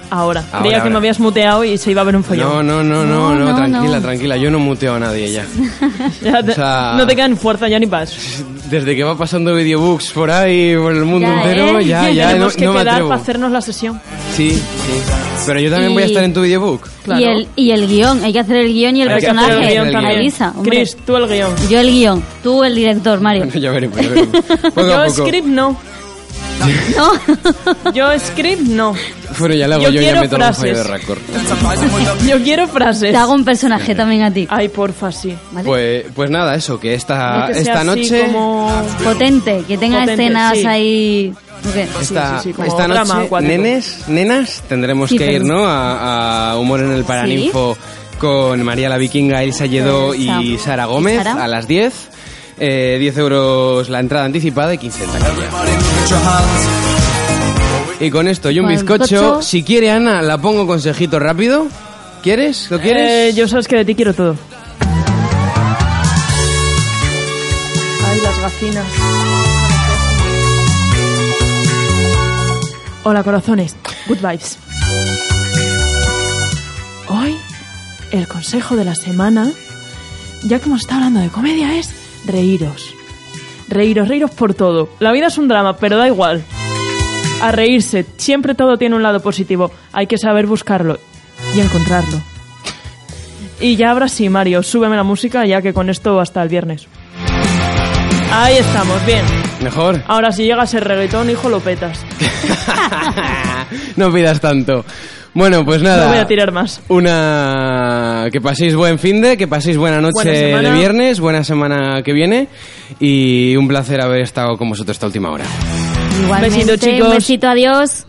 Speaker 3: Ahora, ahora creía que me habías muteado y se iba a ver un follón.
Speaker 1: No, no, no, no, no, no tranquila, no. tranquila, yo no muteo a nadie [LAUGHS] ya.
Speaker 3: [LAUGHS] ya te, o sea, no te quedan fuerza ya ni [LAUGHS] paz.
Speaker 1: Desde que va pasando videobooks por ahí, por el mundo ya, entero, eh. [LAUGHS] ya, ya,
Speaker 3: Tenemos
Speaker 1: no, que
Speaker 3: no
Speaker 1: me
Speaker 3: quedar
Speaker 1: atrevo.
Speaker 3: para hacernos la sesión.
Speaker 1: Sí, sí. Pero yo también y, voy a estar en tu videobook.
Speaker 4: Claro. Y, el, y el guión, hay que hacer el guión y el
Speaker 3: hay
Speaker 4: personaje.
Speaker 3: Que hacer el guión
Speaker 4: Elisa,
Speaker 3: Chris, tú el guión.
Speaker 4: Yo el guión, tú el director, Mario.
Speaker 1: Bueno, ya veremos, ya [LAUGHS] veremos.
Speaker 3: yo script no. No. Yo script no.
Speaker 1: Bueno, ya la hago yo, yo
Speaker 3: quiero
Speaker 1: ya meto frases. un de raccord.
Speaker 3: yo quiero frases.
Speaker 4: [LAUGHS] Te hago un personaje también a ti.
Speaker 3: Ay, porfa, sí.
Speaker 1: ¿Vale? Pues, pues nada, eso, que esta,
Speaker 3: No que sea
Speaker 1: esta
Speaker 3: así
Speaker 1: noche...
Speaker 3: como-
Speaker 4: Potente, que tenga
Speaker 3: Potente,
Speaker 4: escenas
Speaker 3: sí.
Speaker 4: ahí... Ok.
Speaker 1: Esta,
Speaker 3: sí, sí, como
Speaker 1: esta
Speaker 3: drama
Speaker 1: noche,
Speaker 3: acuático.
Speaker 1: nenes, nenas, tendremos
Speaker 4: Sí,
Speaker 1: que ir,
Speaker 4: pero-
Speaker 1: ¿no? A, a Humor en el Paraninfo con María la Vikinga, Elsa Lledó
Speaker 3: Pues,
Speaker 1: y
Speaker 4: Elsa.
Speaker 1: Sara Gómez
Speaker 4: ¿Y Sara?
Speaker 1: a las 10. Eh, 10 euros la entrada anticipada y 15 en taquilla. Y con esto y un
Speaker 4: Con
Speaker 1: bizcocho,
Speaker 4: bizcocho.
Speaker 1: si quiere Ana, la pongo consejito rápido. ¿Quieres? ¿Lo quieres?
Speaker 3: Eh, yo sabes que de ti quiero todo. Ay, las gafinas. Hola, corazones. Good vibes. Hoy, el consejo de la semana, ya que hemos estado hablando de comedia, es reíros. Reíros, reíros por todo. La vida es un drama, pero da igual. A reírse. Siempre todo tiene un lado positivo. Hay que saber buscarlo y encontrarlo. Y ya ahora sí, Mario, súbeme la música ya que con esto hasta el viernes. Ahí estamos, bien. [LAUGHS]
Speaker 1: Mejor. [LAUGHS]
Speaker 3: Ahora si llega ese reggaetón, hijo, lo petas.
Speaker 1: no pidas tanto. Bueno, pues nada.
Speaker 3: No voy a tirar más.
Speaker 1: Una que paséis buen fin de, que paséis buena noche
Speaker 3: Buena semana.
Speaker 1: de viernes, buena semana que viene y un placer haber estado con vosotros esta última hora.
Speaker 4: Igualmente,
Speaker 3: besito, chicos.
Speaker 4: Un besito, adiós.